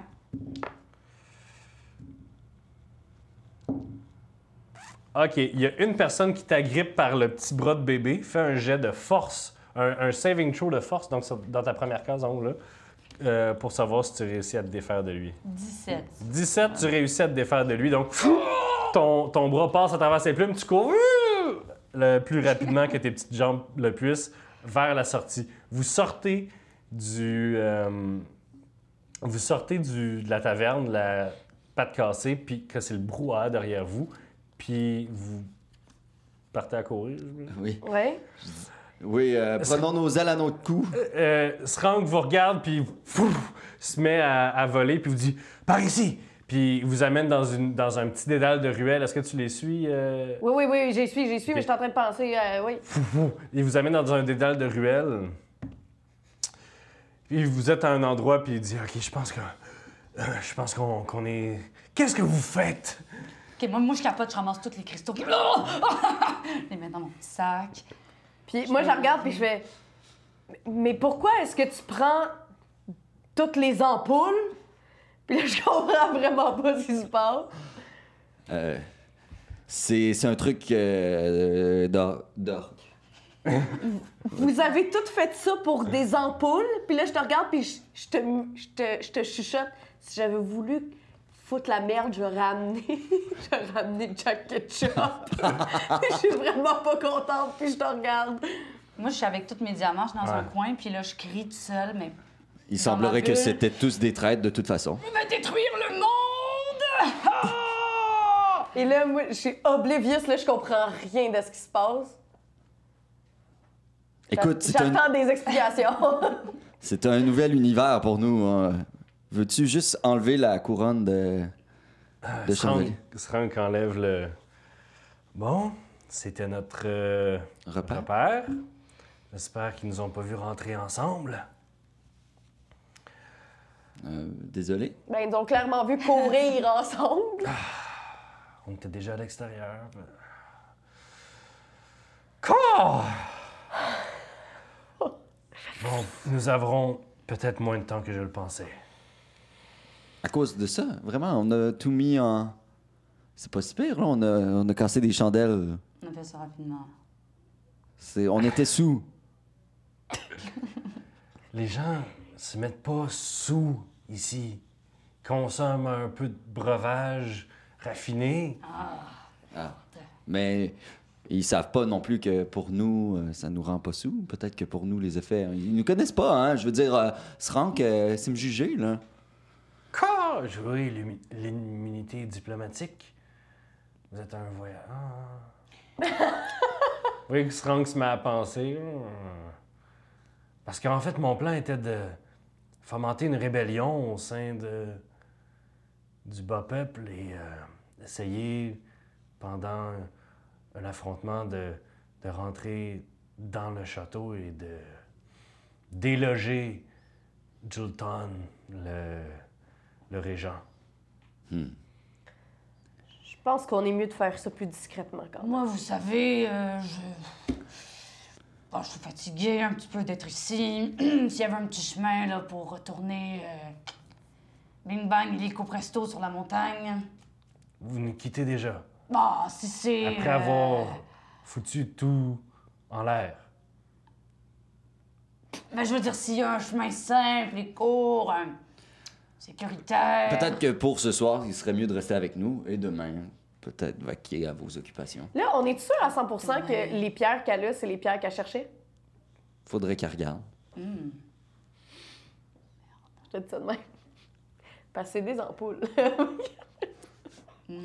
OK, il y a une personne qui t'agrippe par le petit bras de bébé, fait un jet de force, un, un saving throw de force, donc sur- dans ta première case en haut, là, euh, pour savoir si tu réussis à te défaire de lui. 17. 17, tu réussis à te défaire de lui, donc ton, ton bras passe à travers ses plumes, tu cours euh, le plus rapidement que tes petites jambes le puissent vers la sortie. Vous sortez du. euh, vous sortez du- de la taverne, la patte cassée, puis que c'est le brouhaha derrière vous, puis vous partez à courir. j'imagine. Oui, Ouais. oui euh, prenons nos ailes à notre cou. euh, Srank vous regarde, puis fouf, se met à, à voler, puis vous dit Par ici Puis il vous amène dans, une, dans un petit dédale de ruelles. Est-ce que tu les suis euh? Oui, oui, oui, j'y suis, j'y suis, mais je suis en train de penser. euh, oui. Il vous amène dans un dédale de ruelles. Puis vous êtes à un endroit, puis il dit Ok, je pense que. euh, je pense qu'on qu'on est. Qu'est-ce que vous faites Ok, moi, moi, je capote, je ramasse tous <laughs> les cristaux. Puis... je <laughs> les mets dans mon petit sac. Puis moi, je la regarde puis je fais. Mais pourquoi est-ce que tu prends toutes les ampoules. Puis là, je comprends vraiment pas ce qui se passe. Euh, c'est c'est un truc euh, d'or- d'or. Vous avez toutes fait ça pour des ampoules. Puis là, je te regarde, puis je, je te, je, te, je te chuchote. Si j'avais voulu foutre la merde, j'aurais amené, <laughs> j'aurais ramené Jack <laughs> Ketchup. je suis vraiment pas contente, puis je te regarde. Moi, je suis avec toutes mes diamants dans un Ouais. coin, puis là, je crie tout seul, mais Il ma semblerait que bulle. c'était tous des traîtres de toute façon. Je vais détruire le <laughs> monde! Ah! Et là, moi, je suis oblivious, là, je comprends rien de ce qui se passe. Écoute, c'est un, J'attends des explications. <laughs> c'est un nouvel univers pour nous. hein. Veux-tu juste enlever la couronne de, de chevalier? Srank Euh, enlève le. Bon, c'était notre euh, Repère. repère. J'espère qu'ils nous ont pas vu rentrer ensemble. Euh, désolé. ben, ils nous ont clairement vu courir ensemble. On était déjà à l'extérieur. mais- Corps! Bon, nous aurons peut-être moins de temps que je le pensais. À cause de ça, vraiment, on a tout mis en. C'est pas si pire, là. On a, on a cassé des chandelles. on a fait ça rapidement. C'est, on était sous. Les gens se mettent pas sous ici. Consomment un peu de breuvage raffiné. Mais ils savent pas non plus que pour nous, euh, ça nous rend pas sous. Peut-être que pour nous, les effets, euh, ils nous connaissent pas, hein. Je veux dire, euh, se rend que c'est me juger, là. Corps! Jouer l'humi- l'immunité diplomatique. Vous êtes un voyageur. Vous voyez que Strong se met à penser. Hmm. Parce qu'en fait, mon plan était de fomenter une rébellion au sein de du bas peuple et euh, essayer, pendant un affrontement, de, de rentrer dans le château et de déloger Julton, le, le régent. Je pense qu'on est mieux de faire ça plus discrètement quand même. Ah, Moi, vous savez, euh, je. Bon, je suis fatiguée un petit peu d'être ici. <clears throat> S'il y avait un petit chemin là, pour retourner. euh, Bing bang, illico presto sur la montagne. Vous nous quittez déjà, Bah, si c'est. après euh, avoir foutu tout en l'air. <clears throat> Ben, je veux dire, s'il y a un chemin simple et court, euh, sécuritaire. Peut-être que pour ce soir, il serait mieux de rester avec nous et demain, peut-être vaquer à vos occupations. Là, on est sûr à 100 Ouais. que les pierres qu'elle a, c'est les pierres qu'elle cherchait? Faudrait qu'elle regarde. Je te dis ça de même. <laughs> Parce que c'est des ampoules. <laughs>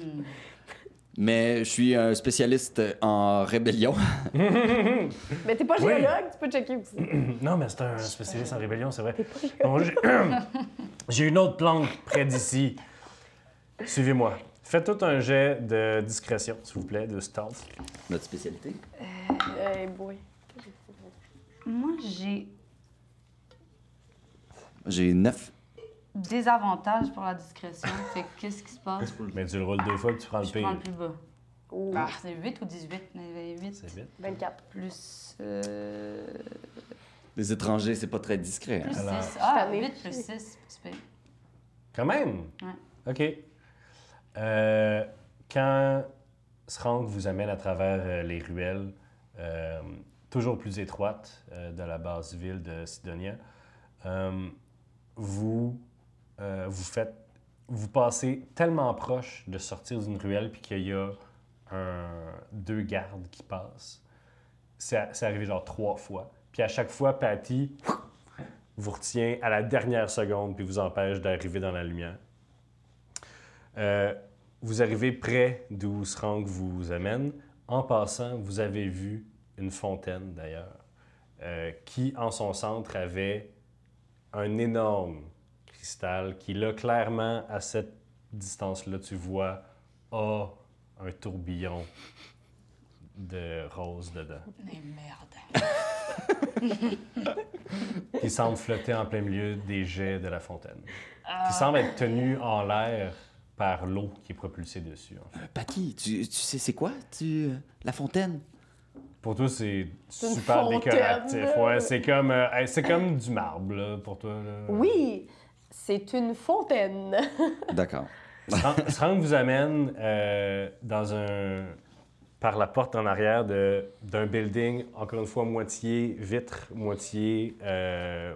Mais je suis un spécialiste en rébellion. <laughs> Mais t'es pas Oui. géologue, tu peux checker aussi. Non, mais c'est un spécialiste en rébellion, c'est vrai. Bon, j'ai- <clears throat> J'ai une autre planque près d'ici. Suivez-moi. Faites tout un jet de discrétion, s'il vous plaît, de stealth. Notre spécialité. Eh boy. Moi, j'ai J'ai neuf. des avantages pour la discrétion. fait que qu'est-ce qui se passe? Mais tu le roules deux fois et tu prends le Je prends le pire. plus bas. Oh, Ah, c'est 8 ou 18? Mais 8 C'est vite. 24. plus... euh, Les étrangers, c'est pas très discret. hein. plus Alors, 6. Ah, je t'en ai 8 plus pris. 6. Quand même! Ouais. OK. Euh, quand Srank vous amène à travers euh, les ruelles, euh, toujours plus étroites, euh, de la basse ville de Sidonia, euh, vous, euh, vous faites... Vous passez tellement proche de sortir d'une ruelle puis qu'il y a un- deux gardes qui passent. C'est a- c'est arrivé genre trois fois. Puis à chaque fois, Patty vous retient à la dernière seconde puis vous empêche d'arriver dans la lumière. Euh, vous arrivez près d'où Srank vous amène. En passant, vous avez vu une fontaine d'ailleurs, euh, qui en son centre avait un énorme cristal qui, là, clairement, à cette distance-là, tu vois, a un tourbillon de rose dedans, Mais merde. qui semble flotter en plein milieu des jets de la fontaine, Ah. qui semble être tenu en l'air par l'eau qui est propulsée dessus. en fait. Patty, tu, tu sais c'est quoi, tu... La euh, fontaine? Pour toi, c'est une super fontaine, décoratif. là. Ouais, c'est comme, euh, hey, c'est comme du marbre là, pour toi. là. Oui, c'est une fontaine. D'accord. Sran Sran vous amène euh, dans un par la porte en arrière de- d'un building, encore une fois moitié vitre, moitié euh,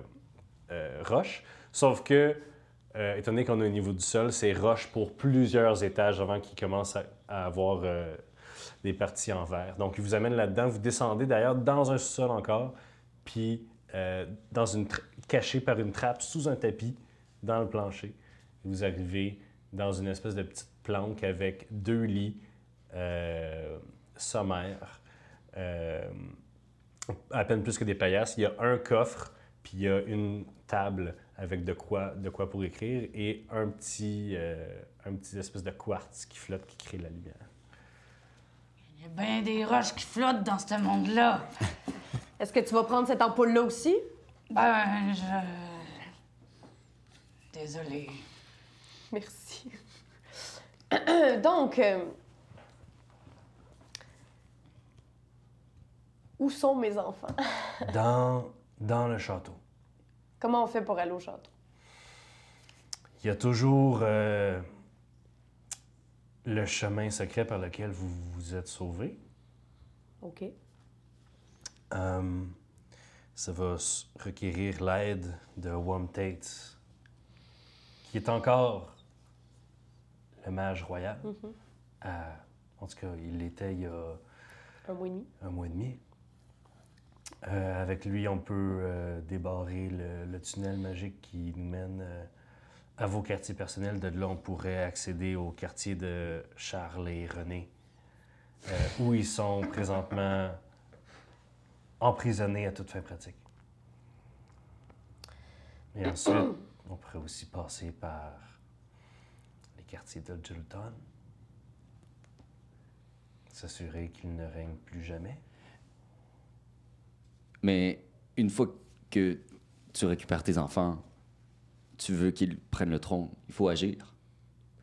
euh, roche. Sauf que, euh, étant donné qu'on est au niveau du sol, c'est roche pour plusieurs étages avant qu'il commence à, à avoir euh, des parties en verre. Donc, il vous amène là-dedans. Vous descendez d'ailleurs dans un sous-sol encore, puis euh, dans une tra- caché par une trappe sous un tapis dans le plancher. Vous arrivez dans une espèce de petite planque avec deux lits euh, sommaires, euh, à peine plus que des paillasses. Il y a un coffre, puis il y a une table avec de quoi, de quoi pour écrire et un petit, euh, un petit espèce de quartz qui flotte, qui crée la lumière. Il y a bien des roches qui flottent dans ce monde-là. Est-ce que tu vas prendre cette ampoule-là aussi? Ben, je. Désolé. Merci. <coughs> Donc, euh, où sont mes enfants? <laughs> Dans, dans le château. Comment on fait pour aller au château? Il y a toujours euh, le chemin secret par lequel vous vous êtes sauvé. OK. Euh, ça va s- requérir l'aide de Wom Tate, qui est encore le mage royal. à- en tout cas, il l'était il y a Un mois et demi. un mois et demi. Euh, avec lui, on peut euh, débarrer le, le tunnel magique qui nous mène euh, à vos quartiers personnels. De là, on pourrait accéder au quartier de Charles et René, euh, où ils sont présentement emprisonnés à toute fin pratique. Et ensuite, on pourrait aussi passer par les quartiers de Julton, s'assurer qu'ils ne règnent plus jamais. Mais une fois que tu récupères tes enfants, tu veux qu'ils prennent le trône. Il faut agir.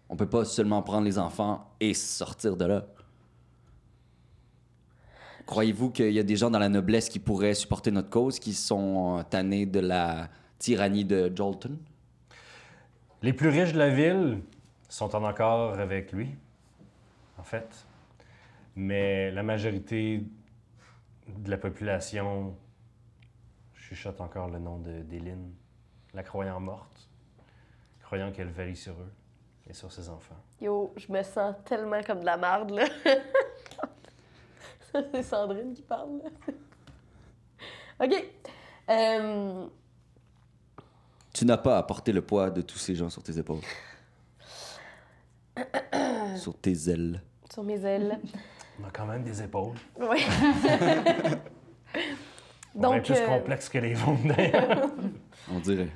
On peut pas seulement prendre les enfants et sortir de là. Croyez-vous qu'il y a des gens dans la noblesse qui pourraient supporter notre cause, qui sont euh, tannés de la tyrannie de Jolton? Les plus riches de la ville sont en accord avec lui, en fait. Mais la majorité de la population chuchote encore le nom de- d'Éline, la croyant morte, croyant qu'elle veille sur eux et sur ses enfants. Yo, je me sens tellement comme de la marde, là. <laughs> Ça, c'est Sandrine qui parle, là. <laughs> OK. Euh, Tu n'as pas à porter le poids de tous ces gens sur tes épaules. sur tes ailes. sur mes <laughs> ailes. On a quand même des épaules. Oui. <laughs> On est Donc, plus euh, complexe que les vôtres, <laughs> d'ailleurs. On dirait.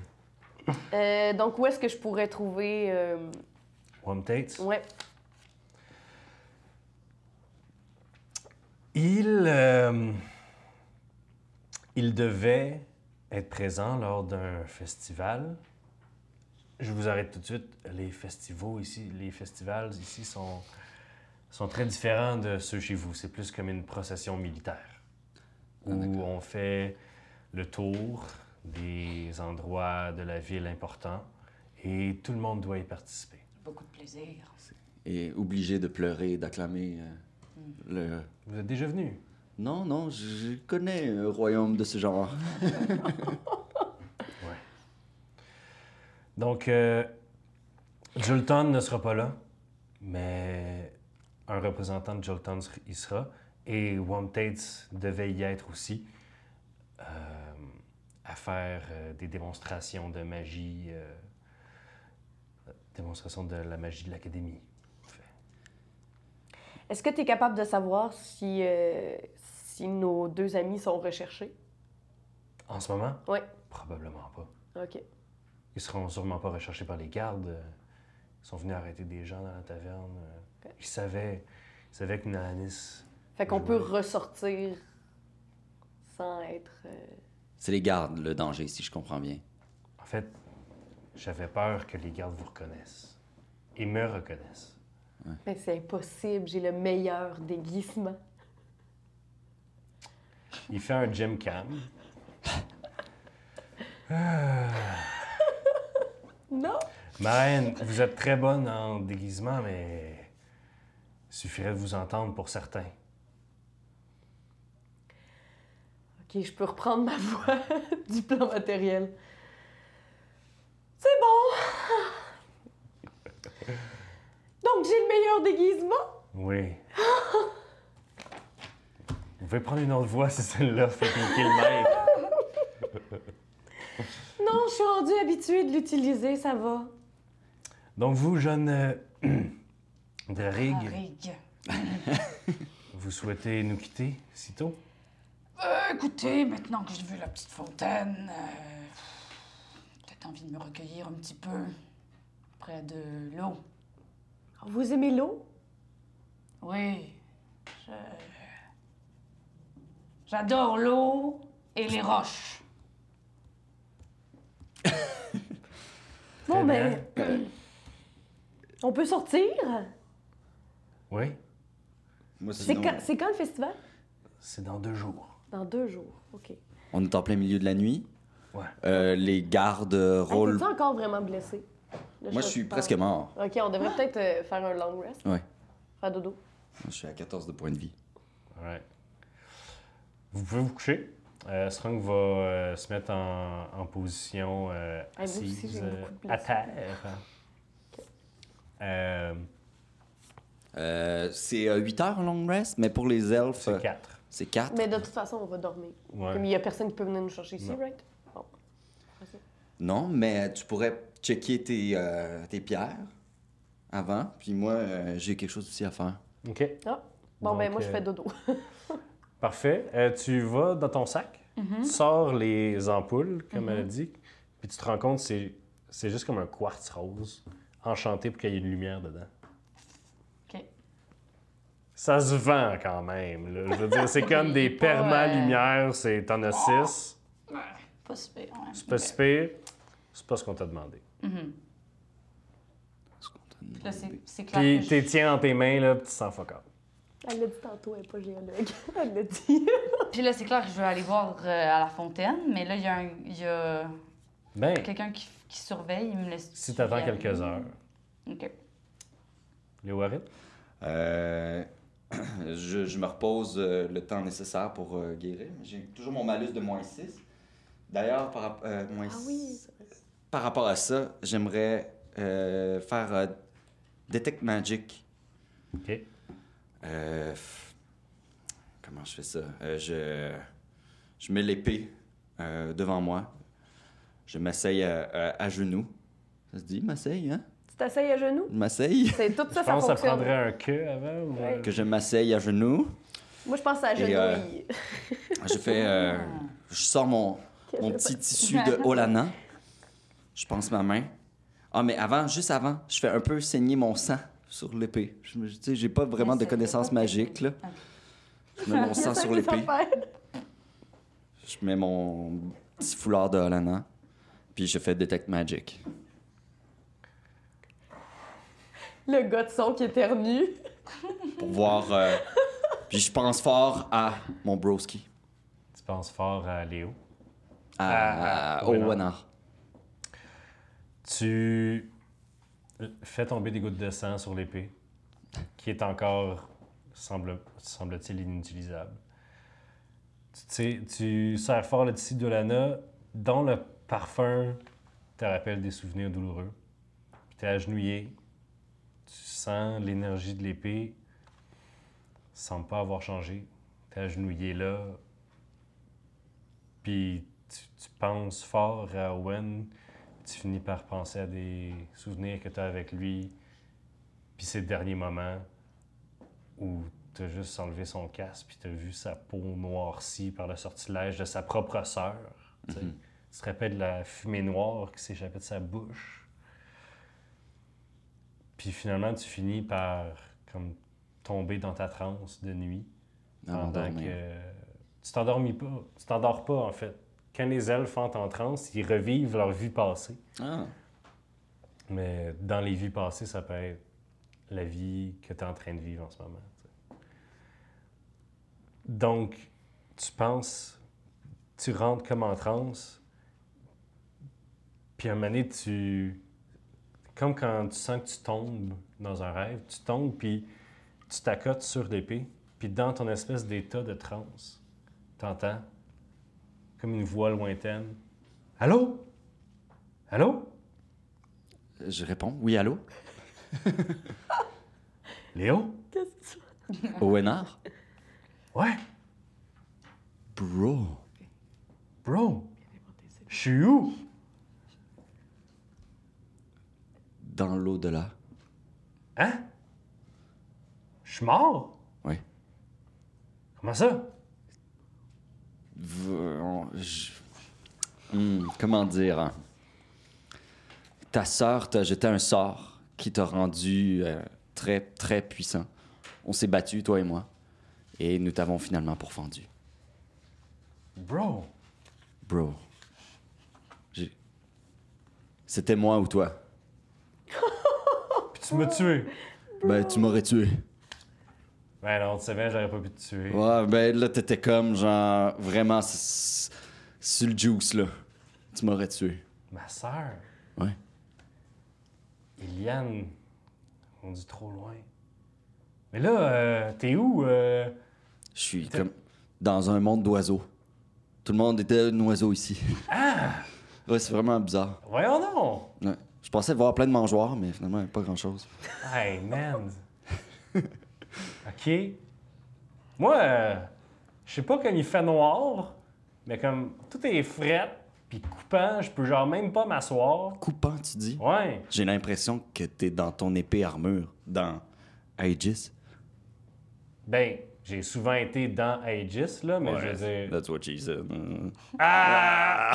euh, donc, où est-ce que je pourrais trouver... euh, One Tate. Ouais. Il, euh, il devait être présent lors d'un festival. Je vous arrête tout de suite. Les festivals ici, les festivals ici sont, sont très différents de ceux chez vous. C'est plus comme une procession militaire où on fait le tour des endroits de la ville importants et tout le monde doit y participer. Beaucoup de plaisir. et obligé de pleurer et d'acclamer euh, le... Vous êtes déjà venu? Non, non, je je connais un royaume de ce genre. Donc, euh, Jolton ne sera pas là, mais un représentant de Jolton ser- y sera. Et Wom Tate devait y être aussi, euh, à faire euh, des démonstrations de magie, euh, démonstrations de la magie de l'Académie. Est-ce que tu es capable de savoir si, euh, si nos deux amis sont recherchés? En ce moment? Oui. Probablement pas. OK. Ils seront sûrement pas recherchés par les gardes. euh, Ils sont venus arrêter des gens dans la taverne. euh, Ils savaient, ils savaient que Nananis... Fait qu'on Je peut vois. ressortir sans être... euh, C'est les gardes, le danger, si je <coughs> comprends bien. En fait, j'avais peur que les gardes vous reconnaissent. Et me reconnaissent. ben, Mais c'est impossible, j'ai le meilleur déguisement. Il fait un gym cam. Non. Marraine, vous êtes très bonne en déguisement, mais il suffirait de vous entendre pour certains. Ok, je peux reprendre ma <laughs> voix du plan matériel. C'est bon. Donc j'ai le meilleur déguisement. Oui. Vous pouvez prendre une autre voix, c'est celle-là, fait niquer le mec. Non, je suis rendue habituée de l'utiliser, ça va. Donc vous, jeune euh, <clears throat> Drarig, Ah, Rigue. vous souhaitez nous quitter sitôt? Euh, écoutez, maintenant que j'ai vu la petite fontaine, euh, peut-être envie de me recueillir un petit peu près de l'eau. Vous aimez l'eau? Oui, je- j'adore l'eau et les roches. Bon, Très bien. ben, on peut sortir. Oui, Moi, C'est sinon, quand, c'est quand le festival? c'est dans deux jours. Dans deux jours. OK. Hey, on est en plein milieu de la nuit. Ouais. Euh, les gardes T'es-tu rôlent. encore vraiment blessé? Moi, je suis presque mort. OK, on devrait peut-être euh, faire un long rest. Ouais. Faire dodo. Je suis à 14 de points de vie. Ouais. Vous pouvez vous coucher. Euh, Strunk va euh, se mettre en, en position euh, Ah, moi aussi, assise j'ai euh, beaucoup de à blessures. terre. Euh, Euh, c'est 8 heures long rest, mais pour les elfes, c'est quatre. c'est 4. Mais de toute façon, on va dormir. Ouais. Comme il y a personne qui peut venir nous chercher ici, Non. right? Bon. Non, mais euh, tu pourrais checker tes, euh, tes pierres avant. Puis moi, euh, j'ai quelque chose aussi à faire. OK. Ah. Bon, ben, Donc, moi, je euh, fais dodo. Parfait. Euh, tu vas dans ton sac, Mhm. tu sors les ampoules, comme elle a dit, puis tu te rends compte c'est c'est juste comme un quartz rose enchanté pour qu'il y ait une lumière dedans. OK. Ça se vend quand même. là. Je veux dire, c'est <laughs> comme des euh, perma-lumières, c'est t'en as six. Ouais, pas super. hein. Ouais. C'est pas si pire. C'est pas ce qu'on t'a demandé. Là, Mhm. c'est c'est clair. Puis que t'es je- tiens dans tes mains, là, puis tu te sens fuck up. Elle l'a dit tantôt, elle n'est pas géologue. <laughs> Elle l'a dit. Puis là, c'est clair que je veux aller voir euh, à la fontaine, mais là, il y a, un- il y a Ben, quelqu'un qui, qui surveille. Il me laisse. si t'attends y aller. quelques heures. OK. Léo Harry? Euh, <clears throat> je, je me repose euh, le temps nécessaire pour euh, guérir. J'ai toujours mon malus de moins 6. D'ailleurs, par, rap- euh, moins Ah oui, six- c'est vrai. par rapport à ça, j'aimerais euh, faire euh, Detect Magic. OK. Euh, f- comment je fais ça? Euh, je, je mets l'épée euh, devant moi. Je m'asseye à, à- à genoux. Ça se dit, m'asseye, hein? Tu t'asseyes à genoux? Je m'asseye. C'est tout Je ça, ça pense que ça fonctionne. prendrait un queue avant. ou- euh, Ouais. Que je m'asseye à genoux. Moi, je pense à Et, genoux. euh, <laughs> Je fais. euh, je sors mon, mon <laughs> petit tissu de Olana. Je pense ma main. Ah, mais avant, juste avant, je fais un peu saigner mon sang sur l'épée. Je me- Tu sais, j'ai pas vraiment Mais de ça fait connaissances Ah, pas magiques, là. Ah. Je mets <laughs> mon sang sur l'épée. Je mets mon petit foulard de Olana. Puis je fais Detect Magic. Le gars de son qui éternue. Pour <laughs> voir. euh, puis je pense fort à mon broski. Tu penses fort à Léo. À, Ah, au Olana. Olana. Tu fais tomber des gouttes de sang sur l'épée, qui est encore, semble- semble-t-il, inutilisable. Tu, sais, tu serres fort le tissu d'Olana, dont le parfum te rappelle des souvenirs douloureux. Puis t'es agenouillé, tu sens l'énergie de l'épée, semble pas avoir changé. T'es agenouillé là, puis tu, tu penses fort à Owen tu finis par penser à des souvenirs que tu as avec lui, puis ces derniers moments où tu as juste enlevé son casque, puis tu as vu sa peau noircie par le sortilège de sa propre sœur. tu sais. Tu te rappelles de la fumée noire qui s'échappait de sa bouche. Puis finalement, tu finis par comme tomber dans ta transe de nuit. À Pendant m'endormir. que tu t'endormis pas, tu t'endors pas en fait. Quand les elfes entrent en transe, ils revivent leur vie passée. Ah. Mais dans les vies passées, ça peut être la vie que tu es en train de vivre en ce moment. tu sais. Donc, tu penses, tu rentres comme en transe, puis à un moment donné, tu. Comme quand tu sens que tu tombes dans un rêve, tu tombes, puis tu t'accotes sur l'épée, puis dans ton espèce d'état de transe, t'entends comme une voix lointaine Allô Allô Je réponds, <laughs> oui, allô? Léo Owenard? Ouais Bro. Bro Je suis où Dans l'au-delà. Hein Je suis mort Ouais. Comment ça V- on- je- Hmm, comment dire? hein? Ta sœur t'a jeté un sort qui t'a rendu euh, très, très puissant. On s'est battu, toi et moi, et nous t'avons finalement pourfendu. Bro Bro. J'ai- C'était moi ou toi? Puis tu m'as tué Ben, tu m'aurais tué. Ben non, tu savais, j'aurais pas pu te tuer. Ouais, ben là, t'étais comme, genre, vraiment s- s- sur le juice, là. Tu m'aurais tué. Ma sœur Ouais. Eliane, on dit trop loin. Mais là, euh, t'es où? euh? Je suis comme dans un monde d'oiseaux. Tout le monde était un oiseau ici. Ah! Ouais, c'est vraiment bizarre. Voyons donc! Ouais. Je pensais voir plein de mangeoires, mais finalement, pas grand-chose. Hey, man! OK. Moi, euh, je sais pas comme il fait noir, mais comme tout est fret, puis coupant, je peux genre même pas m'asseoir. Coupant, tu dis? Ouais. J'ai l'impression que t'es dans ton épée armure, dans Aegis. Ben, j'ai souvent été dans Aegis, là, mais je veux dire... That's what she said. Euh, Ah!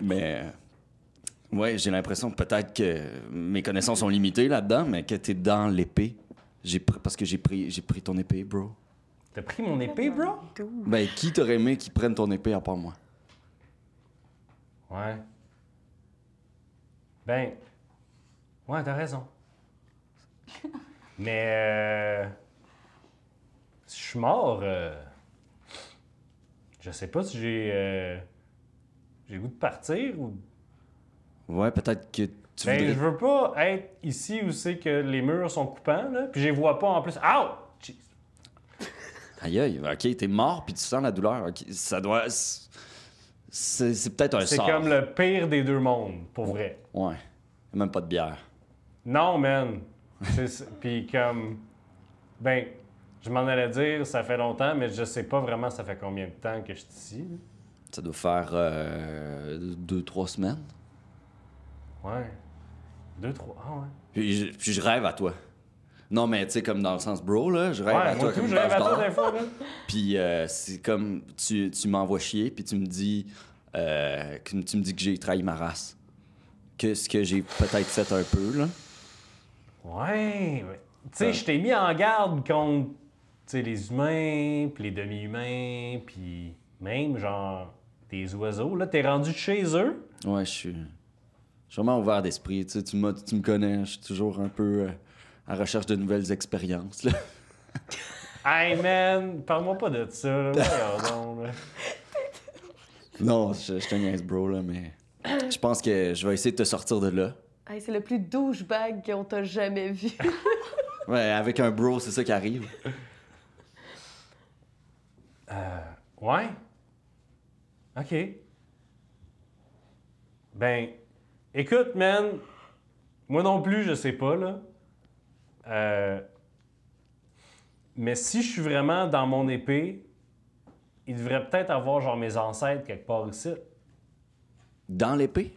Mais. euh, Ouais, j'ai l'impression peut-être que mes connaissances sont limitées là-dedans, mais que t'es dans l'épée. J'ai pr- Parce que j'ai pris, j'ai pris ton épée, bro. T'as pris mon épée, bro? Ben, qui t'aurait aimé qui prenne ton épée à part moi? Ouais. Ben. Ouais, t'as raison. Mais. Euh, si je suis mort. euh, je sais pas si j'ai. euh, j'ai le goût de partir ou. Ouais, peut-être que tu Ben, voudrais- je veux pas être ici où c'est que les murs sont coupants, là. Puis je les vois pas en plus. Ah! Aïe, aïe, ok, t'es mort puis tu sens la douleur. ok, ça doit. C'est, c'est peut-être un C'est sort. comme le pire des deux mondes, pour vrai. Ouais. Même pas de bière. Non, man. C'est ça. Puis comme... Ben, je m'en allais dire, ça fait longtemps, mais je sais pas vraiment ça fait combien de temps que je suis ici. Ça doit faire euh, deux, trois semaines. Ouais. Deux, trois... Ah ouais. Puis je, puis je rêve à toi. Non, mais tu sais, comme dans le sens bro, là, je rêve ouais, à moi toi tout, comme je rêve à dans- toi des fois, là. Puis euh, c'est comme tu, tu m'envoies chier, puis tu me dis euh, que tu me dis que j'ai trahi ma race. Que ce que j'ai peut-être fait un peu, là. Ouais, mais... Tu sais, je t'ai mis en garde contre, tu sais, les humains, puis les demi-humains, puis même, genre, des oiseaux. Là, t'es rendu chez eux. Ouais, je suis. Je suis vraiment ouvert d'esprit. Tu, sais, tu, m'as- tu me connais, je suis toujours un peu euh, à recherche de nouvelles expériences. là. <laughs> Hey, man, parle-moi pas de ça, là. Voyons donc, là. non, je, je te niaise, bro, là, mais je pense que je vais essayer de te sortir de là. Hey, c'est le plus douchebag qu'on t'a jamais vu. <laughs> Ouais, avec un bro, c'est ça qui arrive. Ouais. OK. Ben, écoute, man, moi non plus, je sais pas, là. Euh, mais si je suis vraiment dans mon épée, il devrait peut-être avoir, genre, mes ancêtres quelque part ici. Dans l'épée?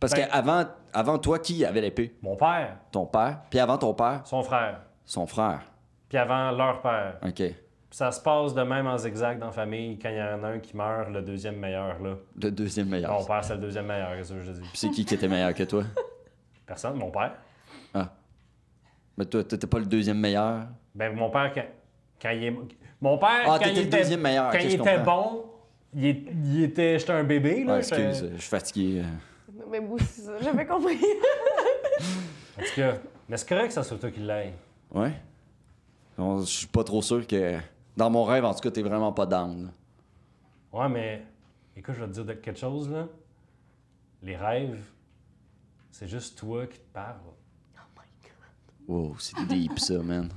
Parce Ben- qu'avant avant toi, qui avait l'épée? Mon père, Ton père. Puis avant ton père, son frère, son frère. puis avant leur père. OK. Puis ça se passe de même en zigzag dans la famille. Quand il y en a un qui meurt, le deuxième meilleur, là. Le deuxième meilleur. Mon père, c'est le deuxième meilleur, qu'est-ce que je dis? Puis c'est qui qui était meilleur que toi? Personne, mon père. Ah. Mais toi, t'étais pas le deuxième meilleur. Ben, mon père, quand, quand il est. Mon père, quand Ah, t'étais il le était, deuxième meilleur, Quand ok, il je était comprends. bon, il, est- il était. J'étais un bébé, là. ben Ouais, j'étais- excuse, je suis fatigué. euh. Non, mais moi aussi, ça, j'avais <laughs> compris. En tout cas, mais c'est correct que ça soit toi qui l'aille. Ouais. On- Je suis pas trop sûr que Dans mon rêve, en tout cas, t'es vraiment pas down. là. Ouais, mais écoute, je vais te dire de- quelque chose, là. Les rêves, c'est juste toi qui te parles. Wow, c'est deep, ça, man.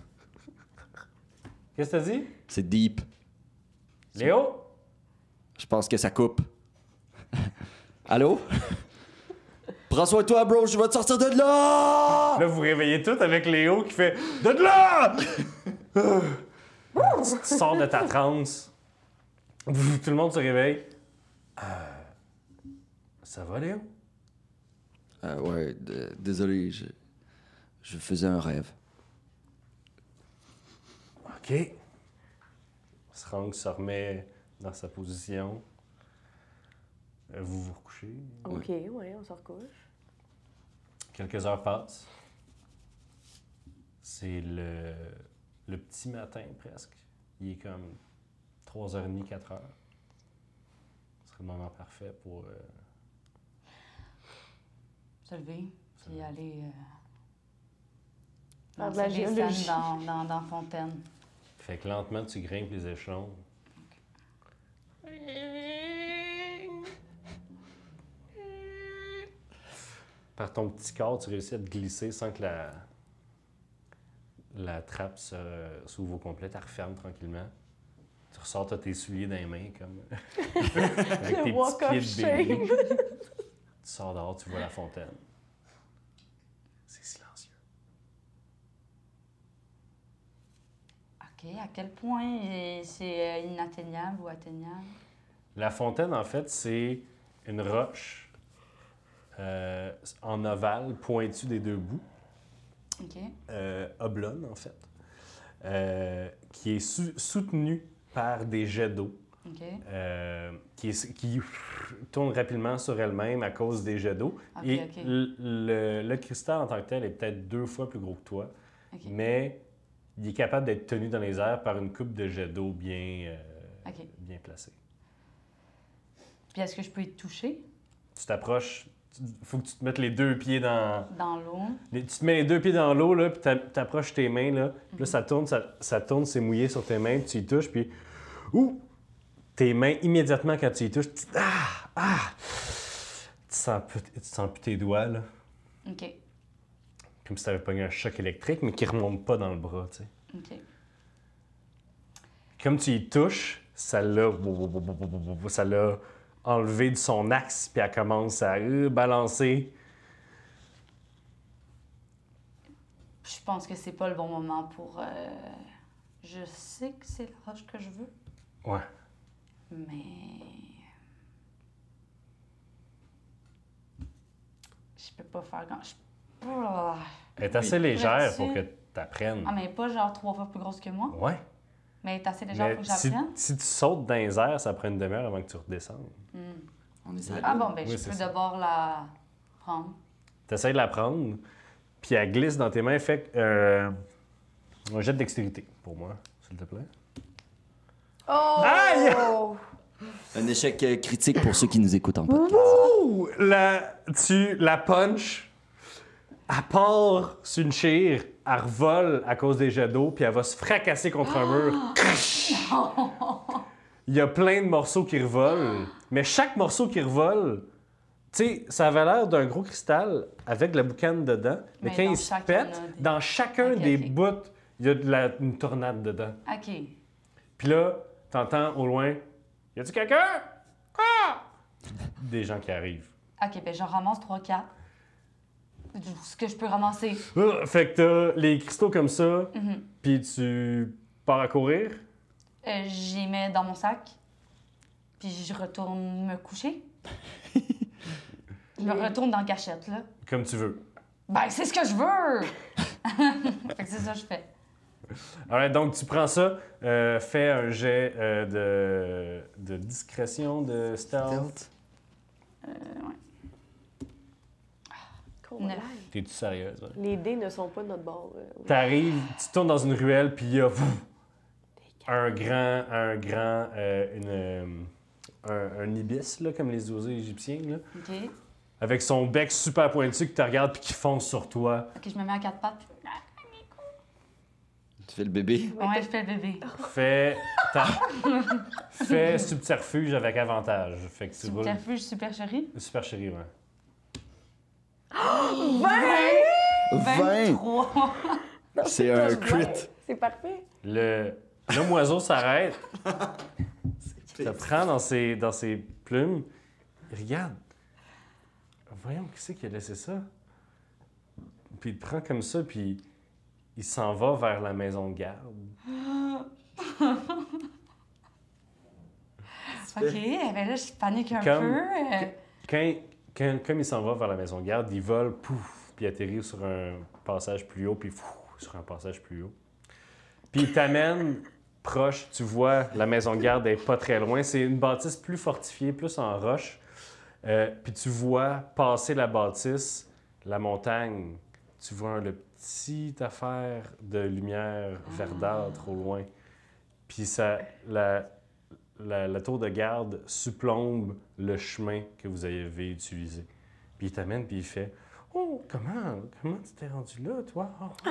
Qu'est-ce que t'as dit? C'est deep. Léo? Je pense que ça coupe. <laughs> Allô? Prends soin de toi, bro, je vais te sortir de là! Là, vous vous réveillez tout avec Léo qui fait De de là! tu te sors de ta transe. <laughs> Vous- Tout le monde se réveille. Euh, ça va, Léo? Euh, ouais, d- désolé, je... je faisais un rêve. OK. Srang se remet dans sa position. Euh, Vous vous recouchez. OK, ouais, on se recouche. Quelques heures passent. C'est le, le petit matin presque. Il est comme 3h30, 4h. Ce serait le moment parfait pour. euh, Se lever, puis aller. euh, Faire de lancer la des géologie. scènes dans, dans, dans Fontaine. Fait que lentement, tu grimpes les échelons. Par ton petit corps, tu réussis à te glisser sans que la, la trappe se- s'ouvre au complet. Tu refermes tranquillement. Tu ressors, t'as tes souliers dans les mains, comme. <laughs> Avec Le tes walk of petits pieds de bébé. tu sors dehors, tu vois la fontaine. C'est silencieux. OK, à quel point il- c'est euh, inatteignable ou atteignable? La fontaine, en fait, c'est une roche euh, en ovale, pointue des deux bouts, OK. euh, oblongue, en fait, euh, qui est sou- soutenue par des jets d'eau OK. euh, qui, est- qui tourne rapidement sur elle-même à cause des jets d'eau. Ok, Et ok. l- Le, le cristal en tant que tel est peut-être deux fois plus gros que toi, Ok. mais il est capable d'être tenu dans les airs par une coupe de jets d'eau bien, euh, Ok. bien placée. Puis est-ce que je peux y toucher tu t'approches, il faut que tu te mettes les deux pieds dans. dans l'eau? les- tu te mets les deux pieds dans l'eau, là, puis t'a- t'approches tes mains, là. Puis là, ça tourne, ça, ça tourne, c'est mouillé sur tes mains, puis tu y touches, puis. Ouh! Tes mains, immédiatement, quand tu y touches, tu. Ah! Ah! Tu sens, plus- tu sens plus tes doigts, là. OK. Comme si t'avais pogné un choc électrique, mais qui remonte pas dans le bras, tu sais. OK. Comme tu y touches, ça l'a. Ça l'a enlevé de son axe, puis elle commence à euh, balancer. Je pense que c'est pas le bon moment pour. euh, Je sais que c'est la roche que je veux, Ouais. mais. Je peux pas faire grand. je- Ah, Elle est assez légère Là-dessus. pour que tu apprennes. Ah, mais pas genre trois fois plus grosse que moi, Ouais. mais t'as assez déjà Mais pour que si, j'apprenne. si tu sautes dans les airs, ça prend une demi-heure avant que tu redescendes. On est à Ah bon, ben Oui, je c'est peux ça. d'abord la prendre. Tu essaies de la prendre, puis elle glisse dans tes mains. Fait que, euh, un jet de dextérité pour moi, s'il te plaît. Oh! Aïe! Un échec euh, critique pour ceux qui nous écoutent en podcast. Ouh! La, tu la punch, elle part sur une chire, elle revole à cause des jets d'eau, puis elle va se fracasser contre un mur. Crash! Il y a plein de morceaux qui revolent, mais chaque morceau qui revole, tu sais, ça avait l'air d'un gros cristal avec de la boucane dedans, mais, Mais quand dans il se chacun, pète, là, des- dans chacun Ok, des ok. bouts, il y a de la- une tornade dedans. OK. Puis là, t'entends au loin, y a-tu quelqu'un? Ah! Des gens qui arrivent. OK, ben j'en ramasse trois, quatre. Ce que je peux ramasser. Ah, Fait que t'as les cristaux comme ça, puis tu pars à courir. Euh, j'y mets dans mon sac, puis je retourne me coucher. je me retourne dans la cachette, là. Comme tu veux. Ben, c'est ce que je veux! <laughs> fait que c'est ça que je fais. Alright, donc tu prends ça, euh, fais un jet euh, de, de discrétion, de stealth. Colin. Neuf. T'es-tu sérieuse? ouais? Les dés ne sont pas de notre bord. euh, oui. T'arrives, tu tournes dans une ruelle, puis il y a pff, un grand, un grand, euh, une, euh, un, un ibis, là, comme les osées égyptiennes, là, OK. avec son bec super pointu que tu regardes, puis qui fonce sur toi. OK, je me mets à quatre pattes, puis... Tu fais le bébé. Ouais, je fais le bébé. Fais, ta... <laughs> Fais subterfuge avec avantage. Fait que tu roules. Subterfuge, supercherie. Super chéri, ouais. 20! 23. C'est pas un ce blague. crit. C'est parfait. Le, le oiseau s'arrête. Il te prend dans ses, dans ses plumes. Il Regarde. Voyons qui c'est qui a laissé ça. Puis il te prend comme ça, puis il s'en va vers la maison de garde. OK, ben là, je panique un Comme- peu. euh, Quand, quand- comme il s'en va vers la maison de garde, il vole, pouf, puis il atterrit sur un passage plus haut, puis fou, sur un passage plus haut. Puis il t'amène proche, tu vois, la maison de garde est pas très loin. C'est une bâtisse plus fortifiée, plus en roche. Euh, puis tu vois passer la bâtisse, la montagne. Tu vois le petit affaire de lumière verdâtre au loin. Puis ça, la, la, la tour de garde supplombe le chemin que vous avez utilisé. Puis il t'amène, puis il fait Oh, comment, comment tu t'es rendu là, toi Oh.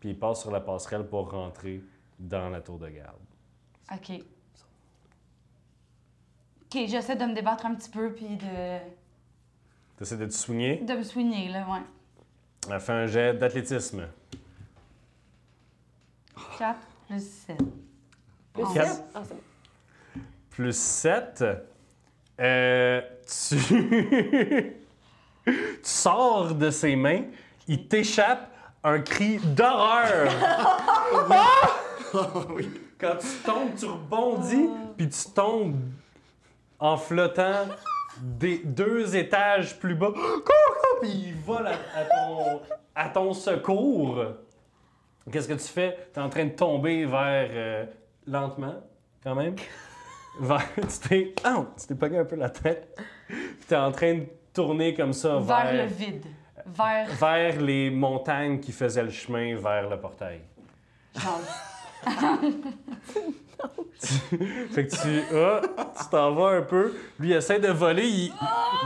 Puis il passe sur la passerelle pour rentrer dans la tour de garde. OK. OK, j'essaie de me débattre un petit peu puis de, T'essaies de te soigner. de me soigner, là, ouais. Elle fait un jet d'athlétisme. 4 plus 7. Plus Quatre. sept. Ah, c'est bon. Plus 7. Euh, tu... <laughs> tu sors de ses mains, il t'échappe un cri d'horreur. Quand tu tombes, tu rebondis, Ah. puis tu tombes en flottant des deux étages plus bas. Puis il vole à, à ton, à ton secours. Qu'est-ce que tu fais? Tu es en train de tomber vers. euh, lentement, <laughs> quand même. Vers, tu t'es. Ah! tu t'es pogné un peu la tête. Puis tu es en train de tourner comme ça Vers, vers, le vide. Vers. vers les montagnes qui faisaient le chemin vers le portail. Genre. Fait que tu, ah, tu t'en vas un peu. Lui, il essaie de voler. Il,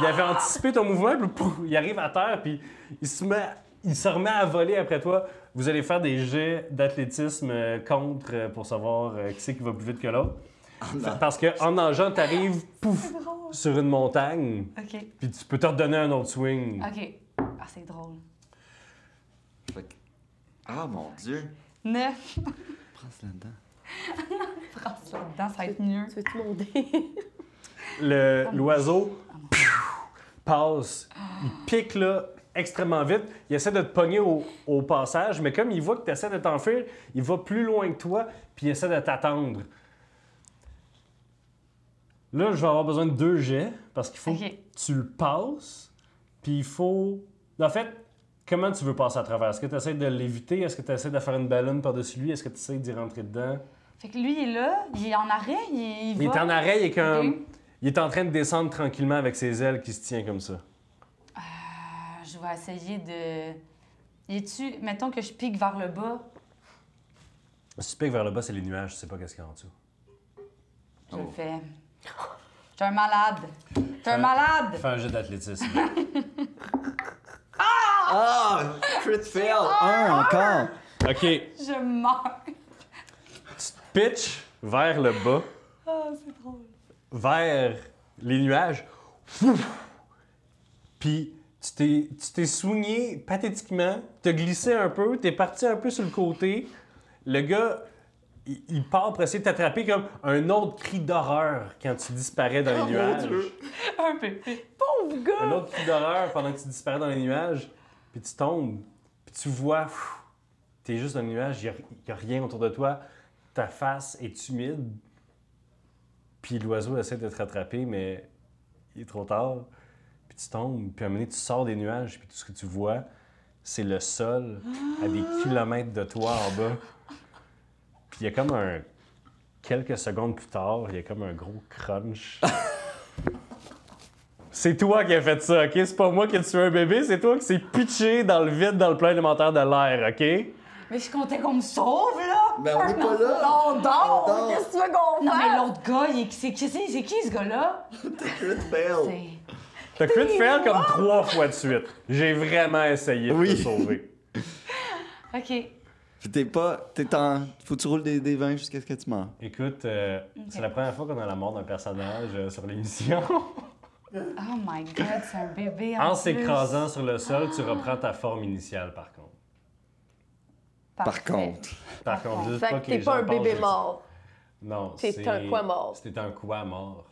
il avait anticipé ton mouvement. Puis pouf, il arrive à terre. Puis il se, met, il se remet à voler après toi. Vous allez faire des jets d'athlétisme euh, contre euh, pour savoir euh, qui c'est qui va plus vite que l'autre. Fait- Parce que en nageant, t'arrives pouf, sur une montagne. OK. Puis tu peux te redonner un autre swing. OK. Ah, c'est drôle. Fait que- Ah mon dieu! <laughs> 9. Prends ça là-dedans. Dedans, Ah, ça va être mieux. Tu veux-tu mon dé? Le- L'oiseau piou, passe, il pique là extrêmement vite. Il essaie de te pogner au, au passage, mais comme il voit que tu essaies de t'enfuir, il va plus loin que toi, puis il essaie de t'attendre. Là, je vais avoir besoin de deux jets, parce qu'il faut Ok. que tu le passes, puis il faut... En fait, comment tu veux passer à travers? Est-ce que tu essaies de l'éviter? Est-ce que tu essaies de faire une ballonne par-dessus lui? Est-ce que tu essaies d'y rentrer dedans? Fait que lui, il est là, il est en arrêt, il, il Il est va. en arrêt, il est comme... Ok. Il est en train de descendre tranquillement avec ses ailes qui se tient comme ça. Ah, Je vais essayer de. Il est-tu. Mettons que je pique vers le bas. Si tu piques vers le bas, c'est les nuages, je sais pas qu'est-ce qu'il y a en dessous. Je Oh. Hein? le fais. T'es un malade. T'es un malade. Fais un jeu d'athlétisme. Ah! Crit fail! Un encore! <laughs> OK. Tu Je meurs. <laughs> te pitches vers le bas, Ah, c'est drôle. vers les nuages. Fouf! Puis tu t'es, tu t'es soigné pathétiquement, t'as glissé un peu, t'es parti un peu sur le côté. Le gars, il, il part pour essayer de t'attraper comme un autre cri d'horreur quand tu disparais Oh dans les nuages. Un bébé. Pauvre gars! un autre coup d'horreur pendant que tu disparais dans les nuages, puis tu tombes, puis tu vois, pff, t'es juste dans le nuage, il n'y a, rien autour de toi, ta face est humide, puis l'oiseau essaie de te rattraper, mais il est trop tard, puis tu tombes, puis à un moment donné, tu sors des nuages, puis tout ce que tu vois, c'est le sol à des kilomètres de toi en bas. Puis il y a comme un... Quelques secondes plus tard, il y a comme un gros crunch. C'est toi qui as fait ça, OK? C'est pas moi qui ai tué un bébé, c'est toi qui s'est pitché dans le vide, dans le plein élémentaire de l'air, OK? Mais je comptais qu'on me sauve, là. Ben on est pas <laughs> là! On dort! On dort. Qu'est-ce que tu veux qu'on Non, mais fasse? l'autre gars, il est- c'est qui, c'est c'est qui ce gars-là? Crit fail! C'est- T'as cru de faire comme trois fois de suite. J'ai vraiment essayé de Oui. te sauver. OK. Puis t'es pas. T'es en. Faut que tu roules des, des 20 jusqu'à ce que tu meurs. <laughs> Écoute, euh, c'est la première fois qu'on a la mort d'un personnage euh, sur <laughs> l'émission. Oh my god, c'est un bébé. en plus. s'écrasant sur le sol, tu reprends ta forme initiale, par contre. Par Parfait. contre. Par contre, juste Ah, Fait pas que que t'es les pas un gens pensent bébé que- mort. Non, T'es un quoi mort? C'était un quoi mort.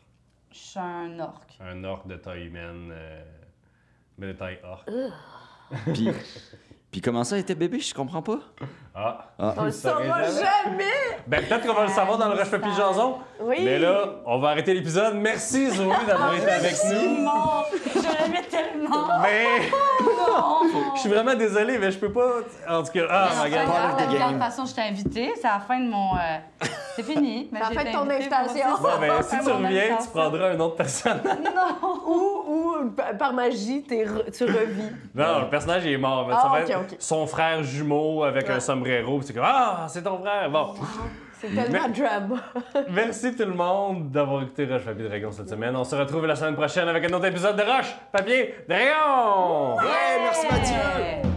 Je suis un orc. Un orc de taille humaine, euh, mais de taille orc. Euh. Puis. Puis comment ça, elle était bébé? Je comprends pas. Ah! Ah. <laughs> On le Ça saura résonne. jamais! Ben peut-être qu'on va le savoir dans le rush papier jason. Euh, Oui. Ah, Mais là, on va arrêter l'épisode. Merci Zoé d'avoir été avec nous. Tellement! Je l'aimais <laughs> tellement! Mais <laughs> je suis vraiment désolé, mais je peux pas. En tout cas, ah my god. Part of the de game. toute façon, je t'ai invité. C'est la fin de mon. euh, C'est <laughs> fini. mais C'est la j'ai fin de été ton invitée pour invitation. ça. Bon, ben, si Faire tu mon reviens, tu invitation. prendras un autre personnage. Ou, ou pa- par magie, t'es re- tu revis. Non, le personnage il est mort. mais Ah, ça va ok, être ok. son frère jumeau avec un Ouais. sombrero. puis C'est comme Ah, c'est ton frère. <laughs> Bon, C'est tellement drama. merci tout le monde d'avoir écouté Roche Papier Dragon cette semaine. On se retrouve la semaine prochaine avec un autre épisode de Roche Papier Dragon. Ouais, merci Mathieu! Ouais.